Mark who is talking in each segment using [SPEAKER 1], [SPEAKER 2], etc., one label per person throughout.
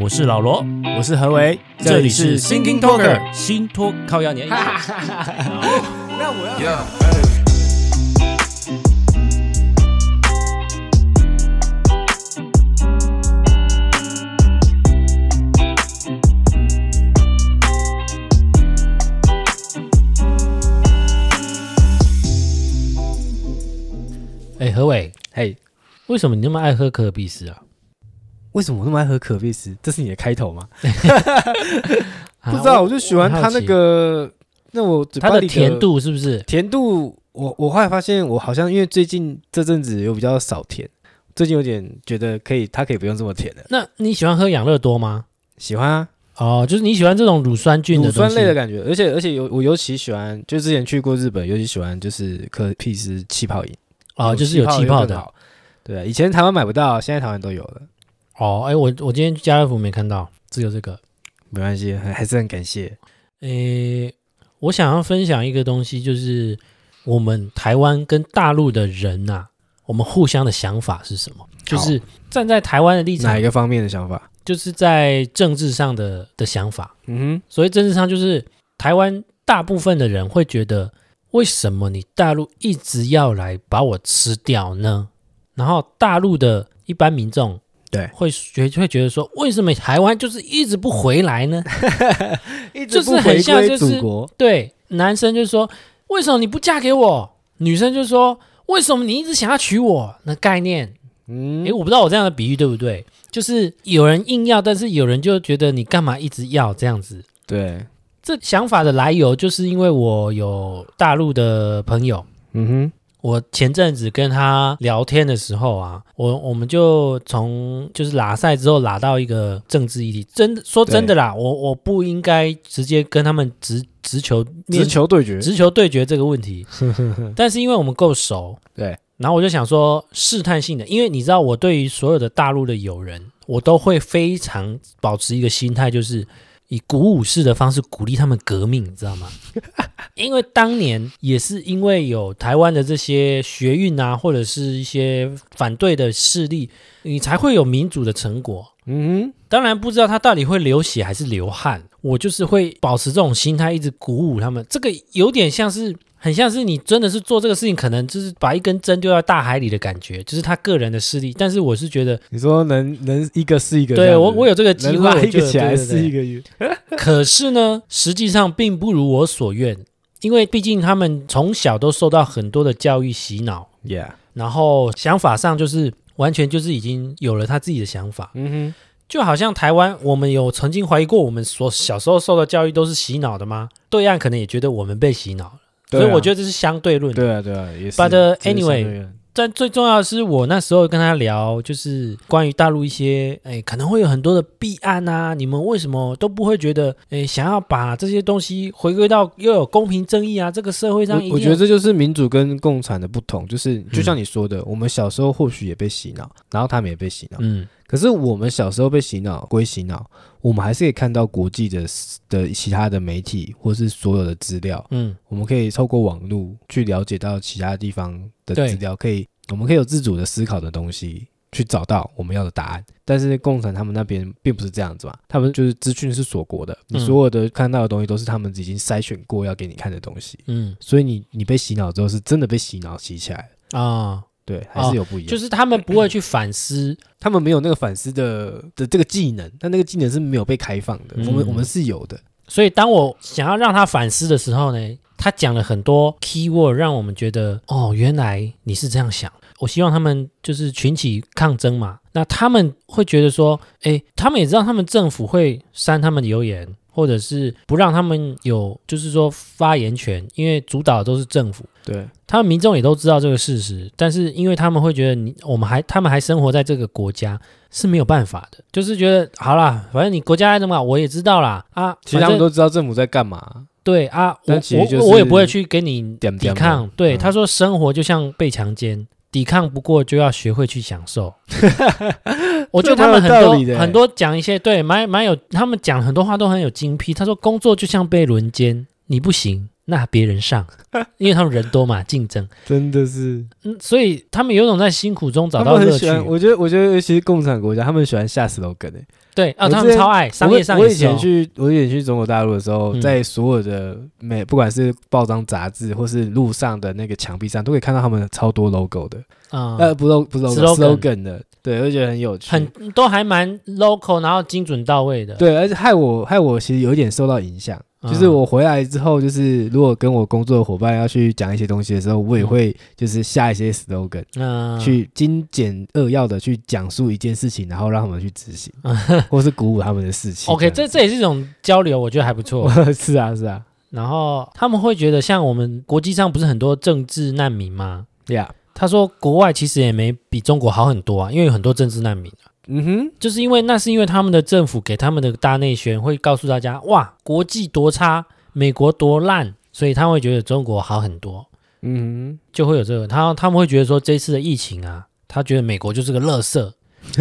[SPEAKER 1] 我是老罗，
[SPEAKER 2] 我是何为，这里是 Thinking Talker。
[SPEAKER 1] 新托靠压年。
[SPEAKER 2] 那我要
[SPEAKER 3] Yeah,
[SPEAKER 1] 哎，何伟，
[SPEAKER 2] 嘿，
[SPEAKER 1] 为什么你那么爱喝可尔必斯啊？
[SPEAKER 2] 为什么我那么爱喝可比斯？这是你的开头吗？
[SPEAKER 1] 啊
[SPEAKER 2] 不知道，，我就喜欢它
[SPEAKER 1] 我很好
[SPEAKER 2] 那
[SPEAKER 1] 奇
[SPEAKER 2] 个，那我嘴巴
[SPEAKER 1] 它的
[SPEAKER 2] 里
[SPEAKER 1] 甜呃度是不是？
[SPEAKER 2] 甜度，我我后来发现，我好像因为最近这阵子有比较少甜，最近有点觉得可以，它可以不用这么甜了。
[SPEAKER 1] 那你喜欢喝养乐多吗？
[SPEAKER 2] 喜欢啊，
[SPEAKER 1] 哦，就是你喜欢这种乳酸菌
[SPEAKER 2] 乳
[SPEAKER 1] 的东
[SPEAKER 2] 酸
[SPEAKER 1] 西
[SPEAKER 2] 类的感觉，而且而且有我尤其喜欢，就之前去过日本，尤其喜欢就是可比斯气泡饮
[SPEAKER 1] 哦，就是有气
[SPEAKER 2] 气
[SPEAKER 1] 泡
[SPEAKER 2] 更
[SPEAKER 1] 的。
[SPEAKER 2] 好。对啊，以前台湾买不到，现在台湾都有了，
[SPEAKER 1] 哦，哎，我我今天去家乐福没看到，只有这个。
[SPEAKER 2] 没关系，还还是很感谢。
[SPEAKER 1] 诶，我想要分享一个东西，就是我们台湾跟大陆的人呐、我们互相的想法是什么？就是站在台湾的立
[SPEAKER 2] 哪
[SPEAKER 1] 场
[SPEAKER 2] 一，个方面的想法？
[SPEAKER 1] 就是在政治上的的想法。
[SPEAKER 2] 嗯哼，
[SPEAKER 1] 所谓政治上，就是台湾大部分的人会觉得，为什么你大陆一直要来把我吃掉呢？然后大陆的一般民众
[SPEAKER 2] 对
[SPEAKER 1] 会觉会觉得说，为什么台湾就是一直不回 来呢？
[SPEAKER 2] 一
[SPEAKER 1] 直不回归祖
[SPEAKER 2] 国，
[SPEAKER 1] 对，男生就说为什么你不嫁给我？女生就说为什么你一直想要娶我？那概念，
[SPEAKER 2] 嗯
[SPEAKER 1] 诶，，我不知道我这样的比喻对不对？就是有人硬要，但是有人就觉得你干嘛一直要这样子。
[SPEAKER 2] 对，
[SPEAKER 1] 这想法的来由，就是因为我有大陆的朋友，
[SPEAKER 2] 嗯
[SPEAKER 1] 我前阵子跟他聊天的时候啊，我我们就从就是拉赛之后拉到一个政治议题，真的说真的啦，我我不应该直接跟他们直直球
[SPEAKER 2] 哼，
[SPEAKER 1] 面
[SPEAKER 2] 直球对决，
[SPEAKER 1] 直球对决这个问 题，但是因为我们够熟，
[SPEAKER 2] 对，
[SPEAKER 1] 然后我就想说试探性的，因为你知道我对于所有的大陆的友人，我都会非常保持一个心态，就是以鼓舞式的方式鼓励他们革命，你知 道吗？因为当年也是因为有台湾的这些学运啊，或者是一些反对的势力，你才会有民主的成果。
[SPEAKER 2] 嗯
[SPEAKER 1] 当然不知道他到底会流血还是流汗，我就是会保持这种心态，一直鼓舞他们。这个有点像是，很像是你真的是做这个事情，可能就是把一根针丢到大海里的感觉，就是他个人的势力。但是我是觉得，
[SPEAKER 2] 哼，你说能能一个是一个这样子，
[SPEAKER 1] 对我我有这个机
[SPEAKER 2] 能
[SPEAKER 1] 会，
[SPEAKER 2] 拉
[SPEAKER 1] 我
[SPEAKER 2] 一
[SPEAKER 1] 就
[SPEAKER 2] 个起来
[SPEAKER 1] 对对对
[SPEAKER 2] 是一个月，
[SPEAKER 1] 可是呢，实际上并不如我所愿，因为毕竟他们从小都受到很多的教育洗脑，
[SPEAKER 2] ，Yeah，
[SPEAKER 1] 然后想法上就是完全就是已经有了他自己的想法。
[SPEAKER 2] 嗯
[SPEAKER 1] 就好像台湾，我们有曾经怀疑过，我们所小时候受的教育都是洗脑的吗？对岸可能也觉得我们被洗脑了，
[SPEAKER 2] 哼，
[SPEAKER 1] 所以我觉
[SPEAKER 2] 得
[SPEAKER 1] 得这是相对论的。
[SPEAKER 2] 啊对啊对啊，也是。
[SPEAKER 1] But, uh,
[SPEAKER 2] 这是相对
[SPEAKER 1] anyway，
[SPEAKER 2] 论
[SPEAKER 1] 但最重要的是，我那时候跟他聊，就是关于大陆一些，哎，可能会有很多的弊案啊，你们为什么都不会觉得，哎，想要把这些东西回归到又有公平正义啊？这个社会上一定
[SPEAKER 2] 我我觉得这就是民主跟共产的不同，就是就
[SPEAKER 1] 嗯
[SPEAKER 2] 像你说的，我们小时候或许也被洗脑，然后他们也被洗脑，
[SPEAKER 1] 嗯，
[SPEAKER 2] 可是我们小时候被洗脑归洗脑，我们还是可以看到国际的的其他的媒体或是所有的资料，
[SPEAKER 1] 嗯
[SPEAKER 2] 我们可以透过网络去了解到其他地方的
[SPEAKER 1] 对
[SPEAKER 2] 资料，可以我们可以有自主的思考的东西去找到我们要的答案。但是共产他们那边并不是这样子嘛，他们就是资讯是锁国的，你
[SPEAKER 1] 嗯
[SPEAKER 2] 所有的看到的东西都是他们已经筛选过要给你看的东西，
[SPEAKER 1] 嗯
[SPEAKER 2] 所以你你被洗脑之后是真的被洗脑洗起来了，
[SPEAKER 1] 啊、
[SPEAKER 2] 对，还
[SPEAKER 1] 哦
[SPEAKER 2] 是有不一样，
[SPEAKER 1] 就是他们不会去反思，
[SPEAKER 2] 他们没有那个反思的的这个技能，但那个技能是没有被开放的，
[SPEAKER 1] 嗯
[SPEAKER 2] 我们我们是有的，
[SPEAKER 1] 所以当我想要让他反思的时候呢，他讲了很多 key word，让我们觉得哦，原来你是这样想。我希望他们就是群起抗争嘛，那他们会觉得说，诶，他们也知道他们政府会删他们的留言，或者是不让他们有就是说发言权，因为主导的都是政府。
[SPEAKER 2] 对，
[SPEAKER 1] 他们民众也都知道这个事实，但是因为他们会觉得你我们还他们还生活在这个国家是没有办法的，就是觉得好啦，反正你国家的嘛，我也知道啦啊，
[SPEAKER 2] 其实他
[SPEAKER 1] 反正
[SPEAKER 2] 们都知道政府在干嘛，
[SPEAKER 1] 对啊，我
[SPEAKER 2] 但其实就是
[SPEAKER 1] 我我也不会去跟你
[SPEAKER 2] 点
[SPEAKER 1] 抵
[SPEAKER 2] 点
[SPEAKER 1] 抗
[SPEAKER 2] 嘛。
[SPEAKER 1] 对，
[SPEAKER 2] 嗯
[SPEAKER 1] 他说生活就像被强奸，抵抗不过就要学会去享 受。我觉得他们
[SPEAKER 2] 这
[SPEAKER 1] 很
[SPEAKER 2] 蛮有道理
[SPEAKER 1] 多
[SPEAKER 2] 的欸
[SPEAKER 1] 很多讲一些对蛮蛮有，他们讲很多话都很有精辟。他说工作就像被轮奸，你不行，那别 人上，因为他们人多嘛，竞争，
[SPEAKER 2] 真的是
[SPEAKER 1] 嗯，所以他们有种在辛苦中找
[SPEAKER 2] 他
[SPEAKER 1] 到
[SPEAKER 2] 们很
[SPEAKER 1] 乐
[SPEAKER 2] 喜
[SPEAKER 1] 趣。
[SPEAKER 2] 欢，我觉得我觉得尤其是共产国家，他们喜欢下 slogan 哎、
[SPEAKER 1] 对啊，
[SPEAKER 2] 我
[SPEAKER 1] 他
[SPEAKER 2] 之前
[SPEAKER 1] 们超爱商业上
[SPEAKER 2] 我
[SPEAKER 1] 也
[SPEAKER 2] 以
[SPEAKER 1] 是
[SPEAKER 2] 前
[SPEAKER 1] 哦。
[SPEAKER 2] 去，我以前去中国大陆的时候，
[SPEAKER 1] 嗯
[SPEAKER 2] 在所有的每不管是报章杂志或是路上的那个墙壁上，都可以看到他们超多 logo 的，
[SPEAKER 1] 嗯，
[SPEAKER 2] 呃，不 logo 不是
[SPEAKER 1] slogan
[SPEAKER 2] logo，slogan 的，对，我就觉得很有趣，
[SPEAKER 1] 很都还蛮 local，然后精准到位的。
[SPEAKER 2] 对，而且害我害我其实有一点受到影响，
[SPEAKER 1] 嗯
[SPEAKER 2] 就是我回来之后，就是如果跟我工作的伙伴要去讲一些东西的时候，我也会就是下一些 slogan，、
[SPEAKER 1] 嗯，
[SPEAKER 2] 去精简扼要的去讲述一件事情，然后让他们去执行，或是鼓舞他们的士气。
[SPEAKER 1] OK，
[SPEAKER 2] 这
[SPEAKER 1] 这这也是一种交流，我觉得还不错。
[SPEAKER 2] 样 是啊是啊，
[SPEAKER 1] 然后他们会觉得，像我们国际上不是很多政治难民吗？
[SPEAKER 2] 呀、
[SPEAKER 1] 他说国外其实也没比中国好很多啊，因为有很多政治难民。
[SPEAKER 2] 嗯哼，
[SPEAKER 1] 就是因为那是因为他们的政府给他们的大内宣会告诉大家，哇，国际多差，美国多烂，所以他们会觉得中国好很多，
[SPEAKER 2] 嗯
[SPEAKER 1] 就会有这个。他他们会觉得说这次的疫情啊，他觉得美国就是个垃圾。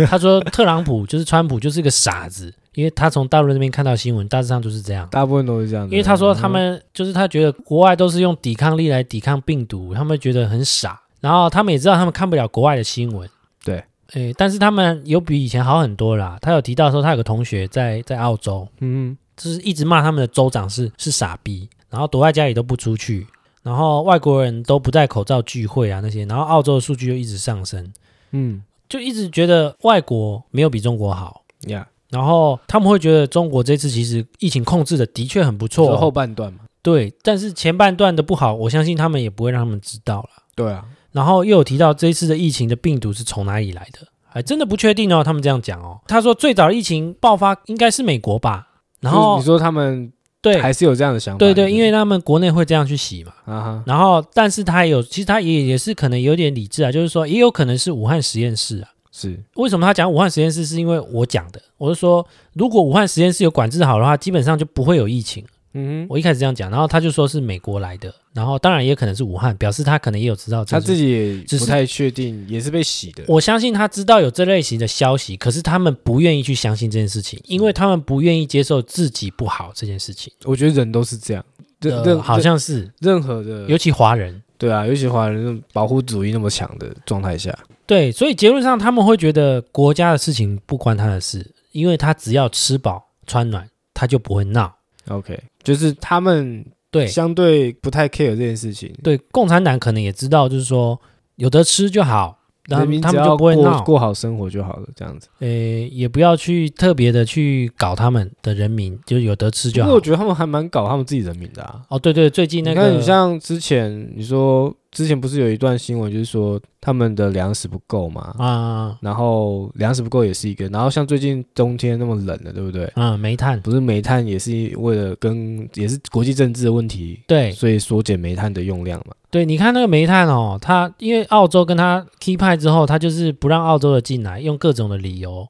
[SPEAKER 1] 他说特朗普就是川普就是个傻子，因为他从大陆那边看到新闻，大致上就是这样
[SPEAKER 2] 哼，。大部分都是这样的。
[SPEAKER 1] 因为他说他
[SPEAKER 2] 嗯
[SPEAKER 1] 们就是他觉得国外都是用抵抗力来抵抗病毒，他们觉得很傻。然后他们也知道他们看不了国外的新闻，
[SPEAKER 2] 对，
[SPEAKER 1] 诶，但是他们有比以前好很多啦。他有提到说他有个同学在在澳洲，
[SPEAKER 2] 嗯
[SPEAKER 1] 就是一直骂他们的州长是是傻逼，然后躲在家里都不出去，然后外国人都不戴口罩聚会啊那些，然后澳洲的数据就一直上升，
[SPEAKER 2] 嗯
[SPEAKER 1] 就一直觉得外国没有比中国好。
[SPEAKER 2] 呀，
[SPEAKER 1] 然后他们会觉得中国这次其实疫情控制的的确很不
[SPEAKER 2] 说、
[SPEAKER 1] 错哦，
[SPEAKER 2] 后半段嘛，
[SPEAKER 1] 对，但是前半段的不好，我相信他们也不会让他们知道了。
[SPEAKER 2] 对啊，
[SPEAKER 1] 然后又有提到这一次的疫情的病毒是从哪里来的，还真的不确定哦。他们这样讲哦，他说最早的疫情爆发应该是美国吧，然
[SPEAKER 2] 就是
[SPEAKER 1] 后
[SPEAKER 2] 你说他们
[SPEAKER 1] 对
[SPEAKER 2] 还是有这样的想法，
[SPEAKER 1] 对
[SPEAKER 2] 不
[SPEAKER 1] 对，因为他们国内会这样去洗嘛。
[SPEAKER 2] 啊哈，
[SPEAKER 1] 然后，但是他有，其实他也也是可能有点理智啊，就是说也有可能是武汉实验室啊。
[SPEAKER 2] 是
[SPEAKER 1] 为什么他讲武汉实验室？是因为我讲的，我是说如果武汉实验室有管制好的话，基本上就不会有疫情。
[SPEAKER 2] 嗯哼，
[SPEAKER 1] 我一开始这样讲，然后他就说是美国来的，然后当然也可能是武汉，表示他可能也有知道这
[SPEAKER 2] 他
[SPEAKER 1] 种。
[SPEAKER 2] 自己
[SPEAKER 1] 只
[SPEAKER 2] 也
[SPEAKER 1] 是
[SPEAKER 2] 不太确定，也是被洗的。
[SPEAKER 1] 我相信他知道有这类型的消息，可是他们不愿意去相信这件事情，因为他们不愿意接受自己不好这件事情。
[SPEAKER 2] 我觉得人都是这样，任
[SPEAKER 1] 呃
[SPEAKER 2] 任
[SPEAKER 1] 好像是，
[SPEAKER 2] 任任何的
[SPEAKER 1] 尤其华人。
[SPEAKER 2] 对啊，尤其华人这种保护主义那么强的状态下，
[SPEAKER 1] 对，所以结论上他们会觉得国家的事情不关他的事，因为他只要吃饱穿暖，他就不会闹。
[SPEAKER 2] ，OK，就是他们
[SPEAKER 1] 对
[SPEAKER 2] 相对不太 care 这件事情，
[SPEAKER 1] 对，共产党可能也知道，就是说有得吃就好，然
[SPEAKER 2] 人
[SPEAKER 1] 后
[SPEAKER 2] 民
[SPEAKER 1] 他
[SPEAKER 2] 只
[SPEAKER 1] 们
[SPEAKER 2] 要
[SPEAKER 1] 就不会
[SPEAKER 2] 过
[SPEAKER 1] 闹。
[SPEAKER 2] 过好生活就好了，这样子。
[SPEAKER 1] 呃，也不要去特别的去搞他们的人民，就有得吃就
[SPEAKER 2] 不
[SPEAKER 1] 好
[SPEAKER 2] 过我。觉得他们还蛮搞他们自己人民的啊。
[SPEAKER 1] 哦，对对，最近那
[SPEAKER 2] 你
[SPEAKER 1] 个，
[SPEAKER 2] 看，你像之前你说之前不是有一段新闻，就是说他们的粮食不够嘛，
[SPEAKER 1] 啊
[SPEAKER 2] 然后粮食不够也是一个，然后像最近冬天那么冷了，对不对？
[SPEAKER 1] 啊煤炭，
[SPEAKER 2] 不是煤炭也是为了跟也是国际政治的问题，
[SPEAKER 1] 对
[SPEAKER 2] 所以缩减煤炭的用量嘛。
[SPEAKER 1] 对，你看那个煤炭哦，它因为澳洲跟它 key 派之后，它就是不让澳洲的进来，用各种的理由，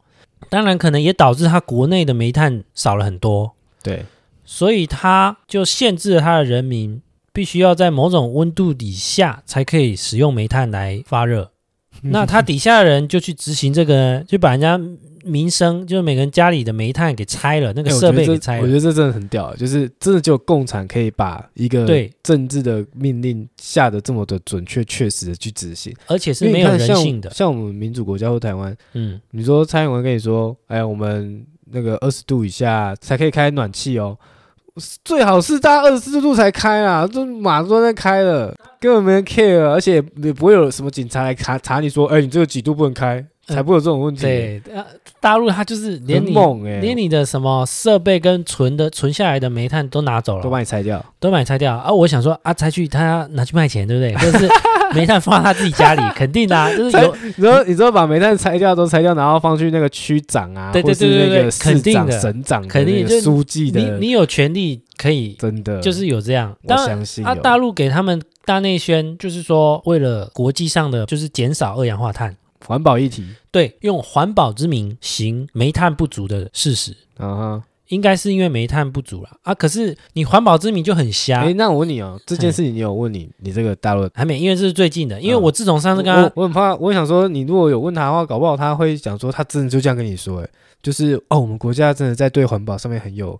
[SPEAKER 1] 当然可能也导致它国内的煤炭少了很多，
[SPEAKER 2] 对，
[SPEAKER 1] 所以它就限制了它的人民必须要在某种温度底下才可以使用煤炭来发热。
[SPEAKER 2] 嗯
[SPEAKER 1] 那它底下的人就去执行这个，就把人家民生，就是每个人家里的煤炭给拆了，那个
[SPEAKER 2] 哎我
[SPEAKER 1] 设
[SPEAKER 2] 觉得
[SPEAKER 1] 备
[SPEAKER 2] 这
[SPEAKER 1] 给拆
[SPEAKER 2] 我觉
[SPEAKER 1] 了。
[SPEAKER 2] 得这真的很屌，就是真的只有共产可以把一个
[SPEAKER 1] 对
[SPEAKER 2] 政治的命令下的这么的准确、确实的去执行，
[SPEAKER 1] 而且是
[SPEAKER 2] 因为你
[SPEAKER 1] 没有
[SPEAKER 2] 看
[SPEAKER 1] 人
[SPEAKER 2] 像
[SPEAKER 1] 性的，
[SPEAKER 2] 像我们民主国家或台湾，
[SPEAKER 1] 嗯，
[SPEAKER 2] 你说蔡英文跟你说，哎呀，我们那个二十度以下才可以开暖气哦，最好是大家二十四度才开啦，这马都在开了，根本没人 care，而啊且也不会有什么警察来查查你说，哎，你这个几度不能开，
[SPEAKER 1] 嗯
[SPEAKER 2] 才不会有这种问题。
[SPEAKER 1] 对，呃大陆它就是连
[SPEAKER 2] 很
[SPEAKER 1] 你
[SPEAKER 2] 猛哎、
[SPEAKER 1] 连你的什么设备跟存的存下来的煤炭都拿走
[SPEAKER 2] 都
[SPEAKER 1] 了，
[SPEAKER 2] 把你拆 掉，
[SPEAKER 1] 都买拆掉啊！我想说啊，拆去他拿去卖钱，对不对？或者是煤炭放到他自己 家里，肯定的、啊，就是有
[SPEAKER 2] 你说你说把煤炭拆掉都拆掉，然后放去那个区长啊，
[SPEAKER 1] 对对
[SPEAKER 2] 或是
[SPEAKER 1] 对对
[SPEAKER 2] 那
[SPEAKER 1] 对
[SPEAKER 2] 个市
[SPEAKER 1] 肯定
[SPEAKER 2] 长、
[SPEAKER 1] 的
[SPEAKER 2] 省长的
[SPEAKER 1] 肯定
[SPEAKER 2] 那个
[SPEAKER 1] 就是
[SPEAKER 2] 书记
[SPEAKER 1] 你
[SPEAKER 2] 的，
[SPEAKER 1] 你有权利可以，
[SPEAKER 2] 真的
[SPEAKER 1] 就是有这样。
[SPEAKER 2] 我
[SPEAKER 1] 当然，
[SPEAKER 2] 相信
[SPEAKER 1] 啊，
[SPEAKER 2] 有
[SPEAKER 1] 大陆给他们大内宣，就是说为了国际上的就是减少二氧化碳，
[SPEAKER 2] 环保议题
[SPEAKER 1] 对，用环保之名行煤炭不足的事实。
[SPEAKER 2] 啊哈。
[SPEAKER 1] 应该是因为煤炭不足了啊，可是你环保之名就很瞎，
[SPEAKER 2] 哎，那我问你哦，这件事情你有问你你这个大陆的？
[SPEAKER 1] 还没，因为这是最近的，因为
[SPEAKER 2] 嗯
[SPEAKER 1] 我自从上次跟他
[SPEAKER 2] 我我很怕，我想说，你如果有问他的话，搞不好他会讲说，他真的就这样跟你说，哎，就是哦，我们国家真的在对环保上面很有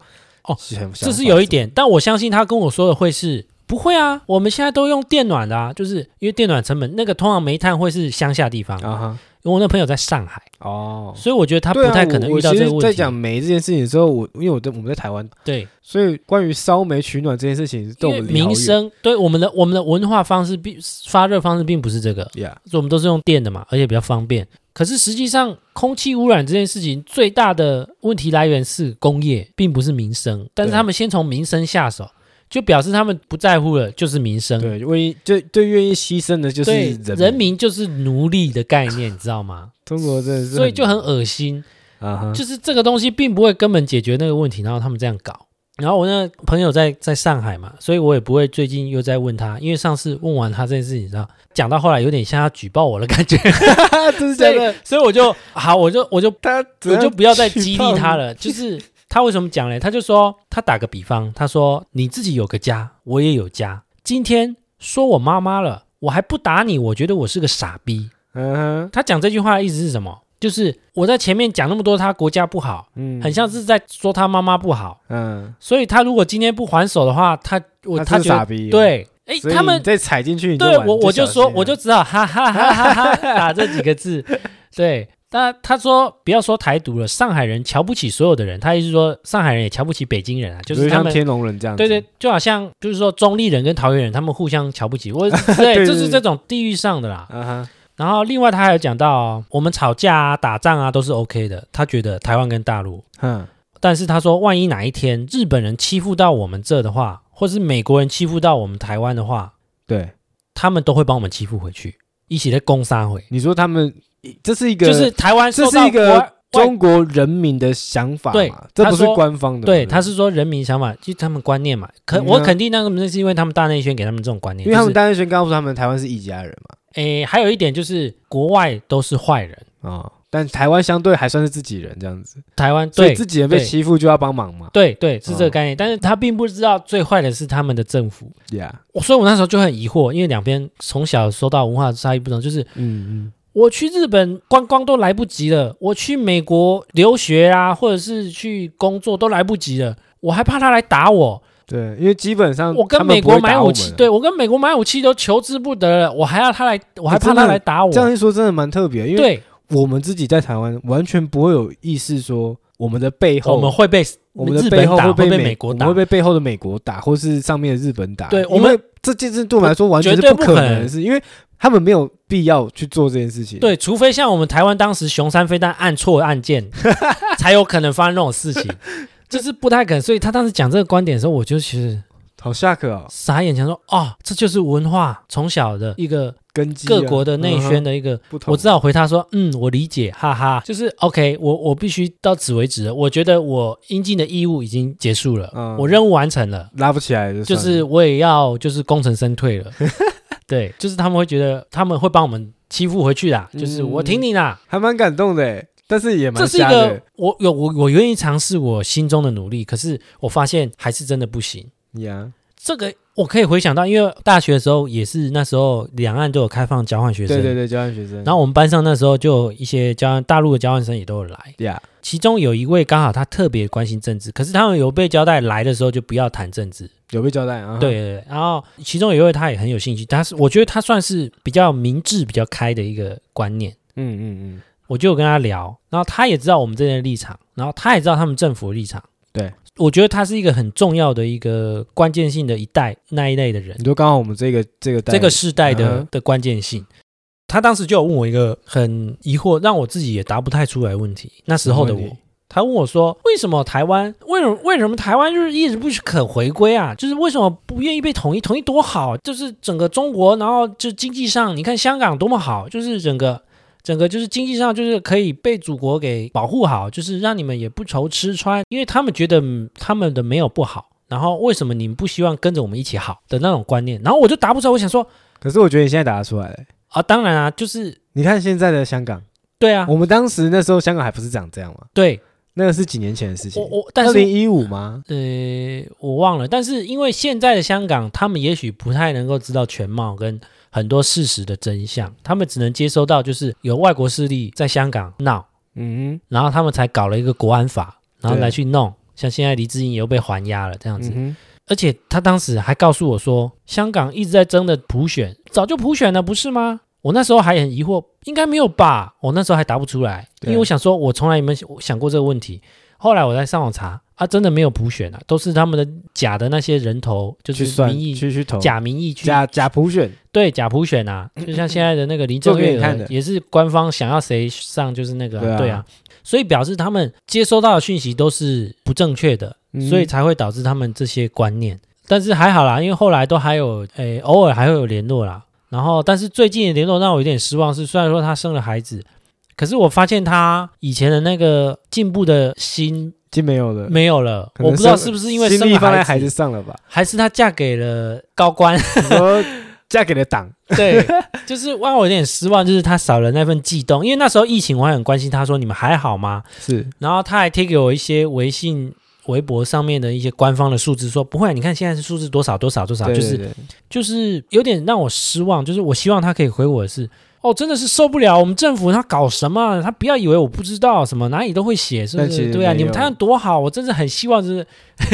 [SPEAKER 1] 哦
[SPEAKER 2] 很
[SPEAKER 1] 这是有一点，但我相信他跟我说的会是不会啊，我们现在都用电暖的啊，就是因为电暖成本那个通常煤炭会是乡下地方，
[SPEAKER 2] 想法啊哈，
[SPEAKER 1] 因为我那朋友在上海，
[SPEAKER 2] 哦，
[SPEAKER 1] 所以我觉得他不
[SPEAKER 2] 对啊
[SPEAKER 1] 太可能
[SPEAKER 2] 我
[SPEAKER 1] 遇到
[SPEAKER 2] 我其
[SPEAKER 1] 这
[SPEAKER 2] 实
[SPEAKER 1] 个问题。
[SPEAKER 2] 在讲煤这件事情的时候，我因为我在我们在台湾，
[SPEAKER 1] 对，
[SPEAKER 2] 所以关于烧煤取暖这件事情，对
[SPEAKER 1] 因
[SPEAKER 2] 我
[SPEAKER 1] 为
[SPEAKER 2] 们离好
[SPEAKER 1] 民
[SPEAKER 2] 远
[SPEAKER 1] 生对我们的我们的文化方式并发热方式并不是这个，
[SPEAKER 2] ，Yeah，
[SPEAKER 1] 所以我们都是用电的嘛，而且比较方便。可是实际上，空气污染这件事情最大的问题来源是工业，并不是民生。但是
[SPEAKER 2] 对
[SPEAKER 1] 他们先从民生下手，就表示他们不在乎了，就是民生。
[SPEAKER 2] 对，愿意最最愿意牺牲的就是
[SPEAKER 1] 嗯对，
[SPEAKER 2] 人
[SPEAKER 1] 人。民就是奴隶的概念，你知道吗？
[SPEAKER 2] 中国真的是，
[SPEAKER 1] 所以就很恶心。
[SPEAKER 2] 啊哈，
[SPEAKER 1] 就是这个东西并不会根本解决那个问题，然后他们这样搞。然后我那个朋友在在上海嘛，所以我也不会最近又在问他，因为上次问完他这件事情，你知道，讲到后来有点像他举报我的感觉，
[SPEAKER 2] 真的
[SPEAKER 1] 所
[SPEAKER 2] 假
[SPEAKER 1] 以
[SPEAKER 2] 的？
[SPEAKER 1] 所以我就好，我就我就
[SPEAKER 2] 他
[SPEAKER 1] 我就不要再激励他。了。就是他为什么讲嘞？他就说他打个比方，他说你自己有个家，我也有家。今天说我妈妈了，我还不打你，我觉得我是个傻逼。
[SPEAKER 2] 嗯哼，
[SPEAKER 1] 他讲这句话的意思是什么？就是我在前面讲那么多他国家不好，
[SPEAKER 2] 嗯，
[SPEAKER 1] 很像是在说他妈妈不好。
[SPEAKER 2] 嗯，
[SPEAKER 1] 所以他如果今天不还手的话，他我
[SPEAKER 2] 他
[SPEAKER 1] 他
[SPEAKER 2] 是
[SPEAKER 1] 觉
[SPEAKER 2] 傻
[SPEAKER 1] 得
[SPEAKER 2] 逼，，哦啊
[SPEAKER 1] 对，哎，
[SPEAKER 2] 所以
[SPEAKER 1] 他
[SPEAKER 2] 你
[SPEAKER 1] 们
[SPEAKER 2] 再踩进去，你
[SPEAKER 1] 对
[SPEAKER 2] 完
[SPEAKER 1] 我我就
[SPEAKER 2] 小心啊
[SPEAKER 1] 说
[SPEAKER 2] 了
[SPEAKER 1] 我就知道， 哈哈哈哈哈哈，打这几 个字，对。但他说不要说台独了，上海人瞧不起所有的人，他意思说上海人也瞧不起北京人啊，就
[SPEAKER 2] 比
[SPEAKER 1] 是
[SPEAKER 2] 如
[SPEAKER 1] 他
[SPEAKER 2] 像
[SPEAKER 1] 们。
[SPEAKER 2] 天龙人这样，
[SPEAKER 1] 对对，，就好像就是说中立人跟桃园人他们互相瞧不起， 我
[SPEAKER 2] 对
[SPEAKER 1] 对，就
[SPEAKER 2] 对
[SPEAKER 1] 是这种地域上的啦。
[SPEAKER 2] 啊哈，
[SPEAKER 1] 然后另外他还有讲到哦，我们吵架啊、打仗啊都是 OK 的，他觉得台湾跟大陆，
[SPEAKER 2] 哼，
[SPEAKER 1] 但是他说万一哪一天日本人欺负到我们这的话，或是美国人欺负到我们台湾的话，
[SPEAKER 2] 对，
[SPEAKER 1] 他们都会帮我们欺负回去，一起在攻杀回，
[SPEAKER 2] 你说他们这是一个，
[SPEAKER 1] 就是台湾
[SPEAKER 2] 这
[SPEAKER 1] 受
[SPEAKER 2] 是
[SPEAKER 1] 到
[SPEAKER 2] 一个
[SPEAKER 1] 国外
[SPEAKER 2] 中国人民的想法
[SPEAKER 1] 对
[SPEAKER 2] 嘛，这不是
[SPEAKER 1] 他说
[SPEAKER 2] 官方的，
[SPEAKER 1] 对，
[SPEAKER 2] 不
[SPEAKER 1] 他是说人民想法，就是他们观念嘛。可、
[SPEAKER 2] 嗯啊
[SPEAKER 1] 我肯定那个那是因为他们大内宣给他们这种观念，
[SPEAKER 2] 因为他们
[SPEAKER 1] 就是
[SPEAKER 2] 单宣告诉他们台湾是一家人
[SPEAKER 1] 诶，还有一点就是国外都是坏人，
[SPEAKER 2] 嘛，啊，但台湾相对还算是自己人这样子，
[SPEAKER 1] 台湾
[SPEAKER 2] 所
[SPEAKER 1] 对
[SPEAKER 2] 以自己人被
[SPEAKER 1] 对
[SPEAKER 2] 欺负就要帮忙嘛
[SPEAKER 1] 对对是这
[SPEAKER 2] 哦
[SPEAKER 1] 个概念，但是他并不知道最坏的是他们的政府。
[SPEAKER 2] ，Yeah，
[SPEAKER 1] 我所以，我那时候就很疑惑，因为两边从小受到文化差异不同，就是
[SPEAKER 2] 嗯嗯，
[SPEAKER 1] 我去日本观光都来不及了，我去美国留学啊，或者是去工作都来不及了，我还怕他来打我。
[SPEAKER 2] 对，因为基本上
[SPEAKER 1] 我
[SPEAKER 2] 他
[SPEAKER 1] 跟
[SPEAKER 2] 们
[SPEAKER 1] 美
[SPEAKER 2] 不会
[SPEAKER 1] 国买
[SPEAKER 2] 打我
[SPEAKER 1] 武
[SPEAKER 2] 们
[SPEAKER 1] 器，
[SPEAKER 2] 啊
[SPEAKER 1] 对我跟美国买武器都求之不得了，我还要他来，我还怕他来打我。
[SPEAKER 2] 这样一说真的蛮特别，因为
[SPEAKER 1] 对，
[SPEAKER 2] 我们自己在台湾完全不会有意识说我们的背后，
[SPEAKER 1] 我们会被
[SPEAKER 2] 我们的
[SPEAKER 1] 日
[SPEAKER 2] 背
[SPEAKER 1] 本
[SPEAKER 2] 后
[SPEAKER 1] 打，
[SPEAKER 2] 会
[SPEAKER 1] 会
[SPEAKER 2] 被
[SPEAKER 1] 美国
[SPEAKER 2] 我们
[SPEAKER 1] 打
[SPEAKER 2] 会。被背后的美国打，或是上面的日本打。
[SPEAKER 1] 对
[SPEAKER 2] 因
[SPEAKER 1] 我们
[SPEAKER 2] 为这件事对我们来说完全是
[SPEAKER 1] 绝对
[SPEAKER 2] 不
[SPEAKER 1] 不
[SPEAKER 2] 可
[SPEAKER 1] 可能
[SPEAKER 2] 能的事，因为他们没有必要去做这件事情。，
[SPEAKER 1] 对，除非像我们台湾当时熊山飞弹按错按键， 才有可能发生这种事情，就是不太可能。所以他当时讲这个观点的时候，我就其实
[SPEAKER 2] 好下课哦，
[SPEAKER 1] 傻眼，想说哦，这就是文化从小的一个
[SPEAKER 2] 根基啊
[SPEAKER 1] 各国的内
[SPEAKER 2] 嗯
[SPEAKER 1] 宣
[SPEAKER 2] 哼
[SPEAKER 1] 的一个
[SPEAKER 2] 不同，
[SPEAKER 1] 我知道，我回他说，嗯，我理解，哈哈，就是 OK，我我必须到此为止了。我觉得我应尽的义务已经结束了，
[SPEAKER 2] 嗯
[SPEAKER 1] 我任务完成了，
[SPEAKER 2] 拉不起来的，
[SPEAKER 1] 就是我也要就是功成身退了。 对，就是他们会觉得他们会帮我们欺负回去啦，就是我挺你啦，
[SPEAKER 2] 还蛮感动的欸，但是也嗯蛮
[SPEAKER 1] 这是一
[SPEAKER 2] 瞎的
[SPEAKER 1] 个我有我我愿意尝试我心中的努力，可是我发现还是真的不行。
[SPEAKER 2] 呀。
[SPEAKER 1] 这个我可以回想到，因为大学的时候也是那时候两岸都有开放交换学生，
[SPEAKER 2] 对对对，交换学生，
[SPEAKER 1] 然后我们班上那时候就有一些交换大陆的交换生也都有来，
[SPEAKER 2] 呀，
[SPEAKER 1] 其中有一位刚好他特别关心政治，可是他们有被交代来的时候就不要谈政治。
[SPEAKER 2] 有被交代啊？
[SPEAKER 1] 对，对对，然后其中有一位他也很有兴趣，他是我觉得他算是比较明智、比较开的一个观念。
[SPEAKER 2] 嗯嗯嗯，
[SPEAKER 1] 我就有跟他聊，然后他也知道我们这边的立场，然后他也知道他们政府的立场。
[SPEAKER 2] 对，
[SPEAKER 1] 我觉得他是一个很重要的一个关键性的一代那一类的人
[SPEAKER 2] 你，说刚好我们这个这个代
[SPEAKER 1] 这个世代的、
[SPEAKER 2] 嗯
[SPEAKER 1] 的关键性。他当时就有问我一个很疑惑，让我自己也答不太出来的问题。那时候的
[SPEAKER 2] 什么
[SPEAKER 1] 我
[SPEAKER 2] 问题，
[SPEAKER 1] 他问我说：“为什么台湾？为什么为什么台湾就是一直不肯回归啊？就是为什么不愿意被统一？统一多好，就是整个中国，然后就经济上，你看香港多么好，就是整个整个就是经济上就是可以被祖国给保护好，就是让你们也不愁吃穿，因为他们觉得嗯他们的没有不好。”然后为什么你们不希望跟着我们一起好的那种观念？然后我就答不出来，我想说
[SPEAKER 2] 可是我觉得你现在打得出来了欸。
[SPEAKER 1] 啊，当然啊，就是
[SPEAKER 2] 你看现在的香港，
[SPEAKER 1] 对啊，
[SPEAKER 2] 我们当时那时候香港还不是长这样嘛？
[SPEAKER 1] 对
[SPEAKER 2] 那个是几年前的事情
[SPEAKER 1] 我，我，但
[SPEAKER 2] 二
[SPEAKER 1] 是
[SPEAKER 2] 零一五吗？
[SPEAKER 1] 呃，我忘了，但是因为现在的香港，他们也许不太能够知道全貌跟很多事实的真相，他们只能接收到就是有外国势力在香港闹，
[SPEAKER 2] 嗯
[SPEAKER 1] 然后他们才搞了一个国安法，然后
[SPEAKER 2] 对
[SPEAKER 1] 来去弄。像现在黎智英也又被还押了这样
[SPEAKER 2] 哼，
[SPEAKER 1] 子，
[SPEAKER 2] 嗯
[SPEAKER 1] 而且他当时还告诉我说，香港一直在争的普选，早就普选了，不是吗？我那时候还很疑惑，应该没有吧？我那时候还答不出来，因
[SPEAKER 2] 对
[SPEAKER 1] 为我想说，我从来没想过这个问题。后来我在上网查啊，真的没有普选啊，都是他们的假的那些人头，就
[SPEAKER 2] 去
[SPEAKER 1] 是
[SPEAKER 2] 算
[SPEAKER 1] 民意
[SPEAKER 2] 去去投
[SPEAKER 1] 假民意去
[SPEAKER 2] 假假普选，
[SPEAKER 1] 对假普选啊，就像现在的那个林郑
[SPEAKER 2] 做给
[SPEAKER 1] 月
[SPEAKER 2] 你看
[SPEAKER 1] 娥
[SPEAKER 2] 的
[SPEAKER 1] 也是官方想要谁上就是那个啊、
[SPEAKER 2] 对啊
[SPEAKER 1] 对啊，所以表示他们接收到的讯息都是不正确的，
[SPEAKER 2] 嗯
[SPEAKER 1] 所以才会导致他们这些观念。但是还好啦，因为后来都还有，诶、偶尔还会有联络啦。然后，但是最近的联络让我有点失望是，虽然说她生了孩子，可是我发现她以前的那个进步的心
[SPEAKER 2] 嗯已经没有了。
[SPEAKER 1] 没有了。
[SPEAKER 2] 可能
[SPEAKER 1] 我不知道是不是因为
[SPEAKER 2] 心
[SPEAKER 1] 生
[SPEAKER 2] 力
[SPEAKER 1] 了
[SPEAKER 2] 放在
[SPEAKER 1] 孩
[SPEAKER 2] 孩
[SPEAKER 1] 子，
[SPEAKER 2] 子上了吧？
[SPEAKER 1] 还是她嫁给了高官。
[SPEAKER 2] 你说嫁给了党，
[SPEAKER 1] 对，就是让我有点失望，就是她少了那份悸动。因为那时候疫情，我还很关心她说你们还好吗？
[SPEAKER 2] 是
[SPEAKER 1] 然后他还贴给我一些微信、微博上面的一些官方的数字说，不会啊，你看现在是数字多少多少多少，
[SPEAKER 2] 对
[SPEAKER 1] 啊就是
[SPEAKER 2] 对对
[SPEAKER 1] 就是有点让我失望，就是我希望他可以回我的是，哦，真的是受不了，我们政府他搞什么啊，他不要以为我不知道什么，哪里都会写，是不
[SPEAKER 2] 但其
[SPEAKER 1] 是？
[SPEAKER 2] 实
[SPEAKER 1] 对啊，
[SPEAKER 2] 没有
[SPEAKER 1] 你们台湾多好，我真是很希望就是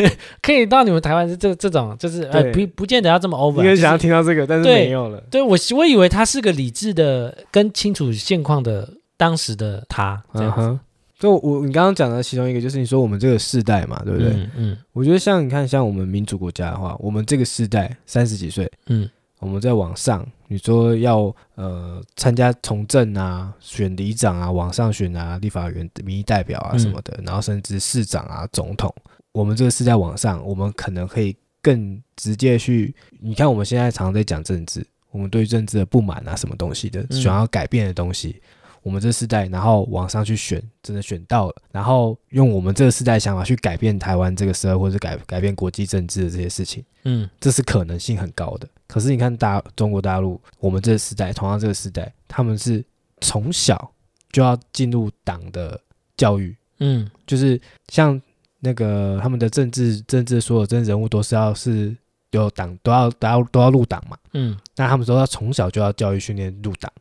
[SPEAKER 1] 可以到你们台湾是这这种，就是呃
[SPEAKER 2] 对
[SPEAKER 1] 不不见得要这么
[SPEAKER 2] 你
[SPEAKER 1] over，啊
[SPEAKER 2] 也
[SPEAKER 1] 就是
[SPEAKER 2] 想要听到这个，但是
[SPEAKER 1] 对
[SPEAKER 2] 没有了。
[SPEAKER 1] 对我我以为他是个理智的、跟清楚现况的当时的他这
[SPEAKER 2] 嗯
[SPEAKER 1] 样子，
[SPEAKER 2] 哼，就我你刚刚讲的其中一个，就是你说我们这个世代嘛，对不对？
[SPEAKER 1] 嗯嗯
[SPEAKER 2] 我觉得像你看，像我们民主国家的话，我们这个世代三十几岁，
[SPEAKER 1] 嗯
[SPEAKER 2] 我们在往上，你说要呃参加从政啊、选里长啊、往上选啊、立法员、民意代表啊
[SPEAKER 1] 嗯
[SPEAKER 2] 什么的，然后甚至市长啊、总统，我们这个世代往上，我们可能可以更直接去，你看我们现在常在讲政治，我们对政治的不满啊，什么东西的，
[SPEAKER 1] 嗯
[SPEAKER 2] 想要改变的东西。我们这世代，然后往上去选，真的选到了，然后用我们这个世代的想法去改变台湾这个社会，或者改改变国际政治的这些事情。
[SPEAKER 1] 嗯
[SPEAKER 2] 这是可能性很高的。可是你看大中国大陆，我们这个时代，同样这个时代，他们是从小就要进入党的教育，
[SPEAKER 1] 嗯
[SPEAKER 2] 就是像那个他们的政治政治所有政治人物都是要是有党都要都要都要入党嘛，
[SPEAKER 1] 嗯
[SPEAKER 2] 那他们都要从小就要教育训练入党，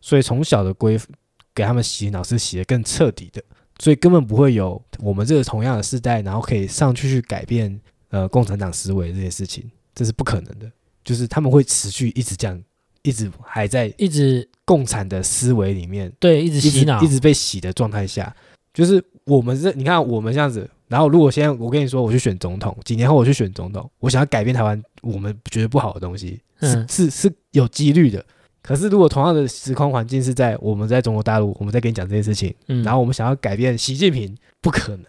[SPEAKER 2] 所以从小的规给他们洗脑是洗得更彻底的，所以根本不会有我们这个同样的世代，然后可以上去去改变呃共产党思维这些事情，这是不可能的。就是他们会持续一直这样，一直还在
[SPEAKER 1] 一直
[SPEAKER 2] 共产的思维里面，
[SPEAKER 1] 对一直
[SPEAKER 2] 一
[SPEAKER 1] 洗
[SPEAKER 2] 直
[SPEAKER 1] 脑，
[SPEAKER 2] 一直被洗的状态下，就是我们这你看我们这样子，然后如果现在我跟你说我去选总统，几年后我去选总统，我想要改变台湾我们觉得不好的东西，是
[SPEAKER 1] 嗯
[SPEAKER 2] 是是有几率的。可是如果同样的时空环境是在我们在中国大陆，我们在跟你讲这件事情，
[SPEAKER 1] 嗯
[SPEAKER 2] 然后我们想要改变习近平，不可能。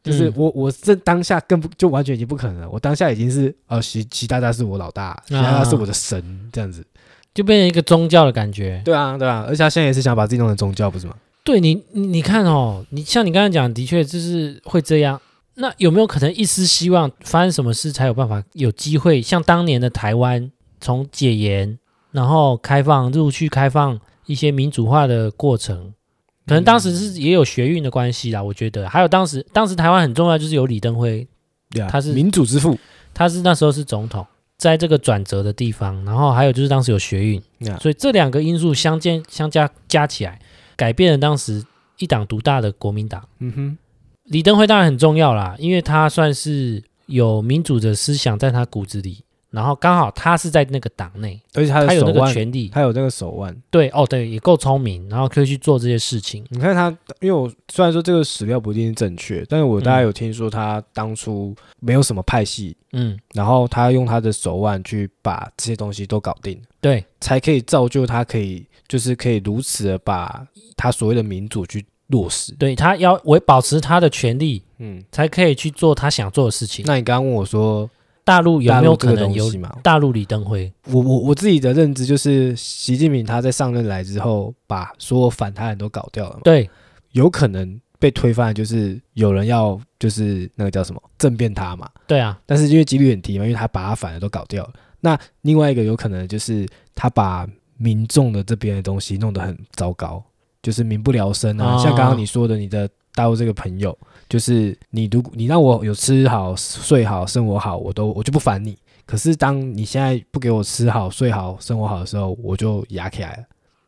[SPEAKER 2] 就是
[SPEAKER 1] 嗯
[SPEAKER 2] 我，我这当下更不就完全已经不可能了。我当下已经是呃，习习大大是我老大，习大大
[SPEAKER 1] 啊
[SPEAKER 2] 是我的神，这样子。
[SPEAKER 1] 就变成一个宗教的感觉。
[SPEAKER 2] 对啊，对啊，而且他现在也是想把自己弄成宗教，不是吗？
[SPEAKER 1] 对你，你你看哦，你像你刚才讲，的确就是会这样。那有没有可能一丝希望发生什么事才有办法有机会？像当年的台湾，从解严，然后开放，陆续开放一些民主化的过程，可能当时是也有学运的关系啦。我觉得还有当时，当时台湾很重要就是有李登辉，
[SPEAKER 2] 对啊，
[SPEAKER 1] 他是
[SPEAKER 2] 民主之父。
[SPEAKER 1] 他是那时候是总统，在这个转折的地方，然后还有就是当时有学运，
[SPEAKER 2] 那
[SPEAKER 1] 所以这两个因素相间相加加起来，改变了当时一党独大的国民党。
[SPEAKER 2] 嗯哼，
[SPEAKER 1] 李登辉当然很重要啦，因为他算是有民主的思想在他骨子里，然后刚好他是在那个党内，
[SPEAKER 2] 而且他
[SPEAKER 1] 他
[SPEAKER 2] 的
[SPEAKER 1] 有
[SPEAKER 2] 手
[SPEAKER 1] 那个
[SPEAKER 2] 腕，
[SPEAKER 1] 权利。
[SPEAKER 2] 他有那个手腕。
[SPEAKER 1] 对，哦，对，也够聪明，然后可以去做这些事情。
[SPEAKER 2] 你看他，因为我虽然说这个史料不一定是正确，但是我大概
[SPEAKER 1] 嗯
[SPEAKER 2] 有听说他当初没有什么派系，
[SPEAKER 1] 嗯，
[SPEAKER 2] 然后他用他的手腕去把这些东西都搞定，
[SPEAKER 1] 对，
[SPEAKER 2] 才可以造就他可以就是可以如此的把他所谓的民主去落实。
[SPEAKER 1] 对他要维保持他的权利，
[SPEAKER 2] 嗯，
[SPEAKER 1] 才可以去做他想做的事情。
[SPEAKER 2] 那你刚刚问我说
[SPEAKER 1] 大陆有
[SPEAKER 2] 大
[SPEAKER 1] 没
[SPEAKER 2] 陆
[SPEAKER 1] 有
[SPEAKER 2] 这
[SPEAKER 1] 可
[SPEAKER 2] 个
[SPEAKER 1] 能
[SPEAKER 2] 东
[SPEAKER 1] 有
[SPEAKER 2] 西嘛？
[SPEAKER 1] 大陆李登辉？
[SPEAKER 2] 我我我自己的认知就是，习近平他在上任来之后，把所有反他人都搞掉了嘛。
[SPEAKER 1] 对，
[SPEAKER 2] 有可能被推翻，就是有人要就是那个叫什么政变他嘛，
[SPEAKER 1] 对啊，
[SPEAKER 2] 但是因为几率很低嘛，因为他把他反而都搞掉了。那另外一个有可能就是他把民众的这边的东西弄得很糟糕，就是民不聊生啊。
[SPEAKER 1] 哦
[SPEAKER 2] 像刚刚你说的，你的大陆这个朋友，就是你如果你让我有吃好、睡好、生活好，我都我就不烦你。可是当你现在不给我吃好、睡好、生活好的时候，我就压起来了。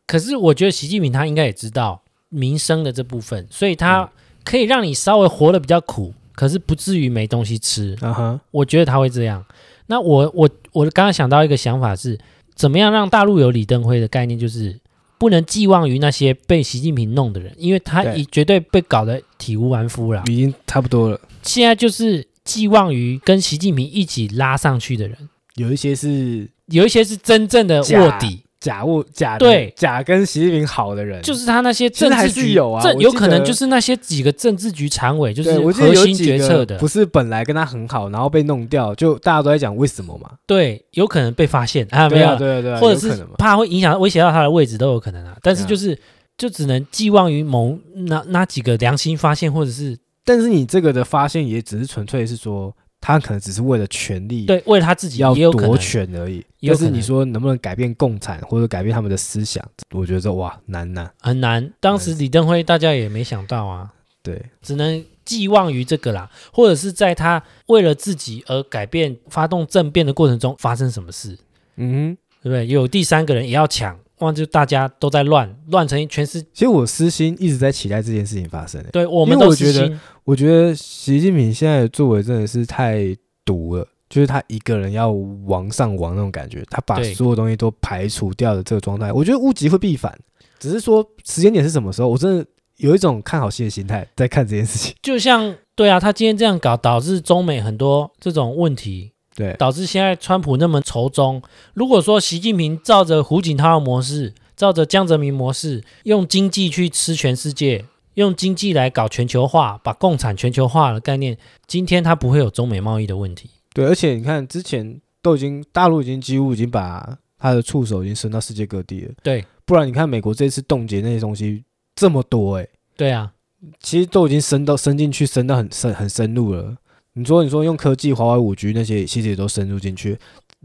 [SPEAKER 1] 可是我觉得习近平他应该也知道民生的这部分，所以
[SPEAKER 2] 嗯
[SPEAKER 1] 他可以让你稍微活得比较苦，可是不至于没东西吃。
[SPEAKER 2] 啊哈，
[SPEAKER 1] 我觉得他会这样。那我我我刚刚想到一个想法是，怎么样让大陆有李登辉的概念，就是不能寄望于那些被习近平弄的人，因为他
[SPEAKER 2] 对嗯
[SPEAKER 1] 已绝对被搞得体无完肤啦。
[SPEAKER 2] 已经差不多了。
[SPEAKER 1] 现在就是寄望于跟习近平一起拉上去的人，
[SPEAKER 2] 有一些是
[SPEAKER 1] 有一些是真正的
[SPEAKER 2] 假
[SPEAKER 1] 卧底，
[SPEAKER 2] 假物假的
[SPEAKER 1] 对
[SPEAKER 2] 假跟习近平好的人，
[SPEAKER 1] 就是他那些
[SPEAKER 2] 其实
[SPEAKER 1] 政
[SPEAKER 2] 还
[SPEAKER 1] 治
[SPEAKER 2] 是
[SPEAKER 1] 局
[SPEAKER 2] 有啊
[SPEAKER 1] 政
[SPEAKER 2] 我
[SPEAKER 1] 有
[SPEAKER 2] 记
[SPEAKER 1] 可能
[SPEAKER 2] 得
[SPEAKER 1] 就是那些几个政治局常委，就是
[SPEAKER 2] 对我记得
[SPEAKER 1] 核
[SPEAKER 2] 有
[SPEAKER 1] 心
[SPEAKER 2] 几
[SPEAKER 1] 决
[SPEAKER 2] 个
[SPEAKER 1] 策的
[SPEAKER 2] 不，是本来跟他很好，然后被弄掉，就大家都在讲为什么嘛？
[SPEAKER 1] 对，有可能被发现啊，没
[SPEAKER 2] 对
[SPEAKER 1] 有
[SPEAKER 2] 啊，
[SPEAKER 1] 啦，
[SPEAKER 2] 对啊，对啊，
[SPEAKER 1] 或
[SPEAKER 2] 有
[SPEAKER 1] 者
[SPEAKER 2] 可
[SPEAKER 1] 是
[SPEAKER 2] 能嘛？
[SPEAKER 1] 怕会影响威胁到他的位置都有可能啊。但是就是就只能寄望于某那那几个良心发现，或者是
[SPEAKER 2] 但是你这个的发现也只是纯粹是说，他可能只是为了权力
[SPEAKER 1] 对为了他自己
[SPEAKER 2] 要
[SPEAKER 1] 也有可
[SPEAKER 2] 夺
[SPEAKER 1] 能。
[SPEAKER 2] 权而已。
[SPEAKER 1] 也
[SPEAKER 2] 但
[SPEAKER 1] 有可
[SPEAKER 2] 是
[SPEAKER 1] 能
[SPEAKER 2] 你说能不能改变共产或者改变他们的思想，我觉得这哇难呐、
[SPEAKER 1] 很难。当时李登辉大家也没想到啊，
[SPEAKER 2] 对，
[SPEAKER 1] 只能寄望于这个啦，或者是在他为了自己而改变、发动政变的过程中发生什么事，
[SPEAKER 2] 嗯哼，
[SPEAKER 1] 对不对？有第三个人也要抢，哇，就大家都在乱，乱成一全是
[SPEAKER 2] 其实我私心一直在期待这件事情发生、欸。
[SPEAKER 1] 对我们
[SPEAKER 2] 因为
[SPEAKER 1] 都
[SPEAKER 2] 我
[SPEAKER 1] 是
[SPEAKER 2] 觉得
[SPEAKER 1] 心
[SPEAKER 2] 我觉得习近平现在的作为真的是太毒了，就是他一个人要王上王那种感觉，他把
[SPEAKER 1] 对
[SPEAKER 2] 所有东西都排除掉的这个状态，我觉得物极会必反，只是说时间点是什么时候，我真的有一种看好戏的心态在看这件事情。
[SPEAKER 1] 就像对啊，他今天这样搞，导致中美很多这种问题，
[SPEAKER 2] 对，
[SPEAKER 1] 导致现在川普那么仇中。如果说习近平照着胡锦涛的模式，照着江泽民模式，用经济去吃全世界，用经济来搞全球化，把共产全球化的概念，今天他不会有中美贸易的问题。
[SPEAKER 2] 对，而且你看之前都已经大陆已经几乎已经把他的触手已经伸到世界各地了，
[SPEAKER 1] 对
[SPEAKER 2] 不然你看美国这次冻结那些东西这么多、欸，
[SPEAKER 1] 对啊，
[SPEAKER 2] 其实都已经深到深进去，深到很深很深入了。你说，你说用科技、华为五 G 那些，其实也都深入进去。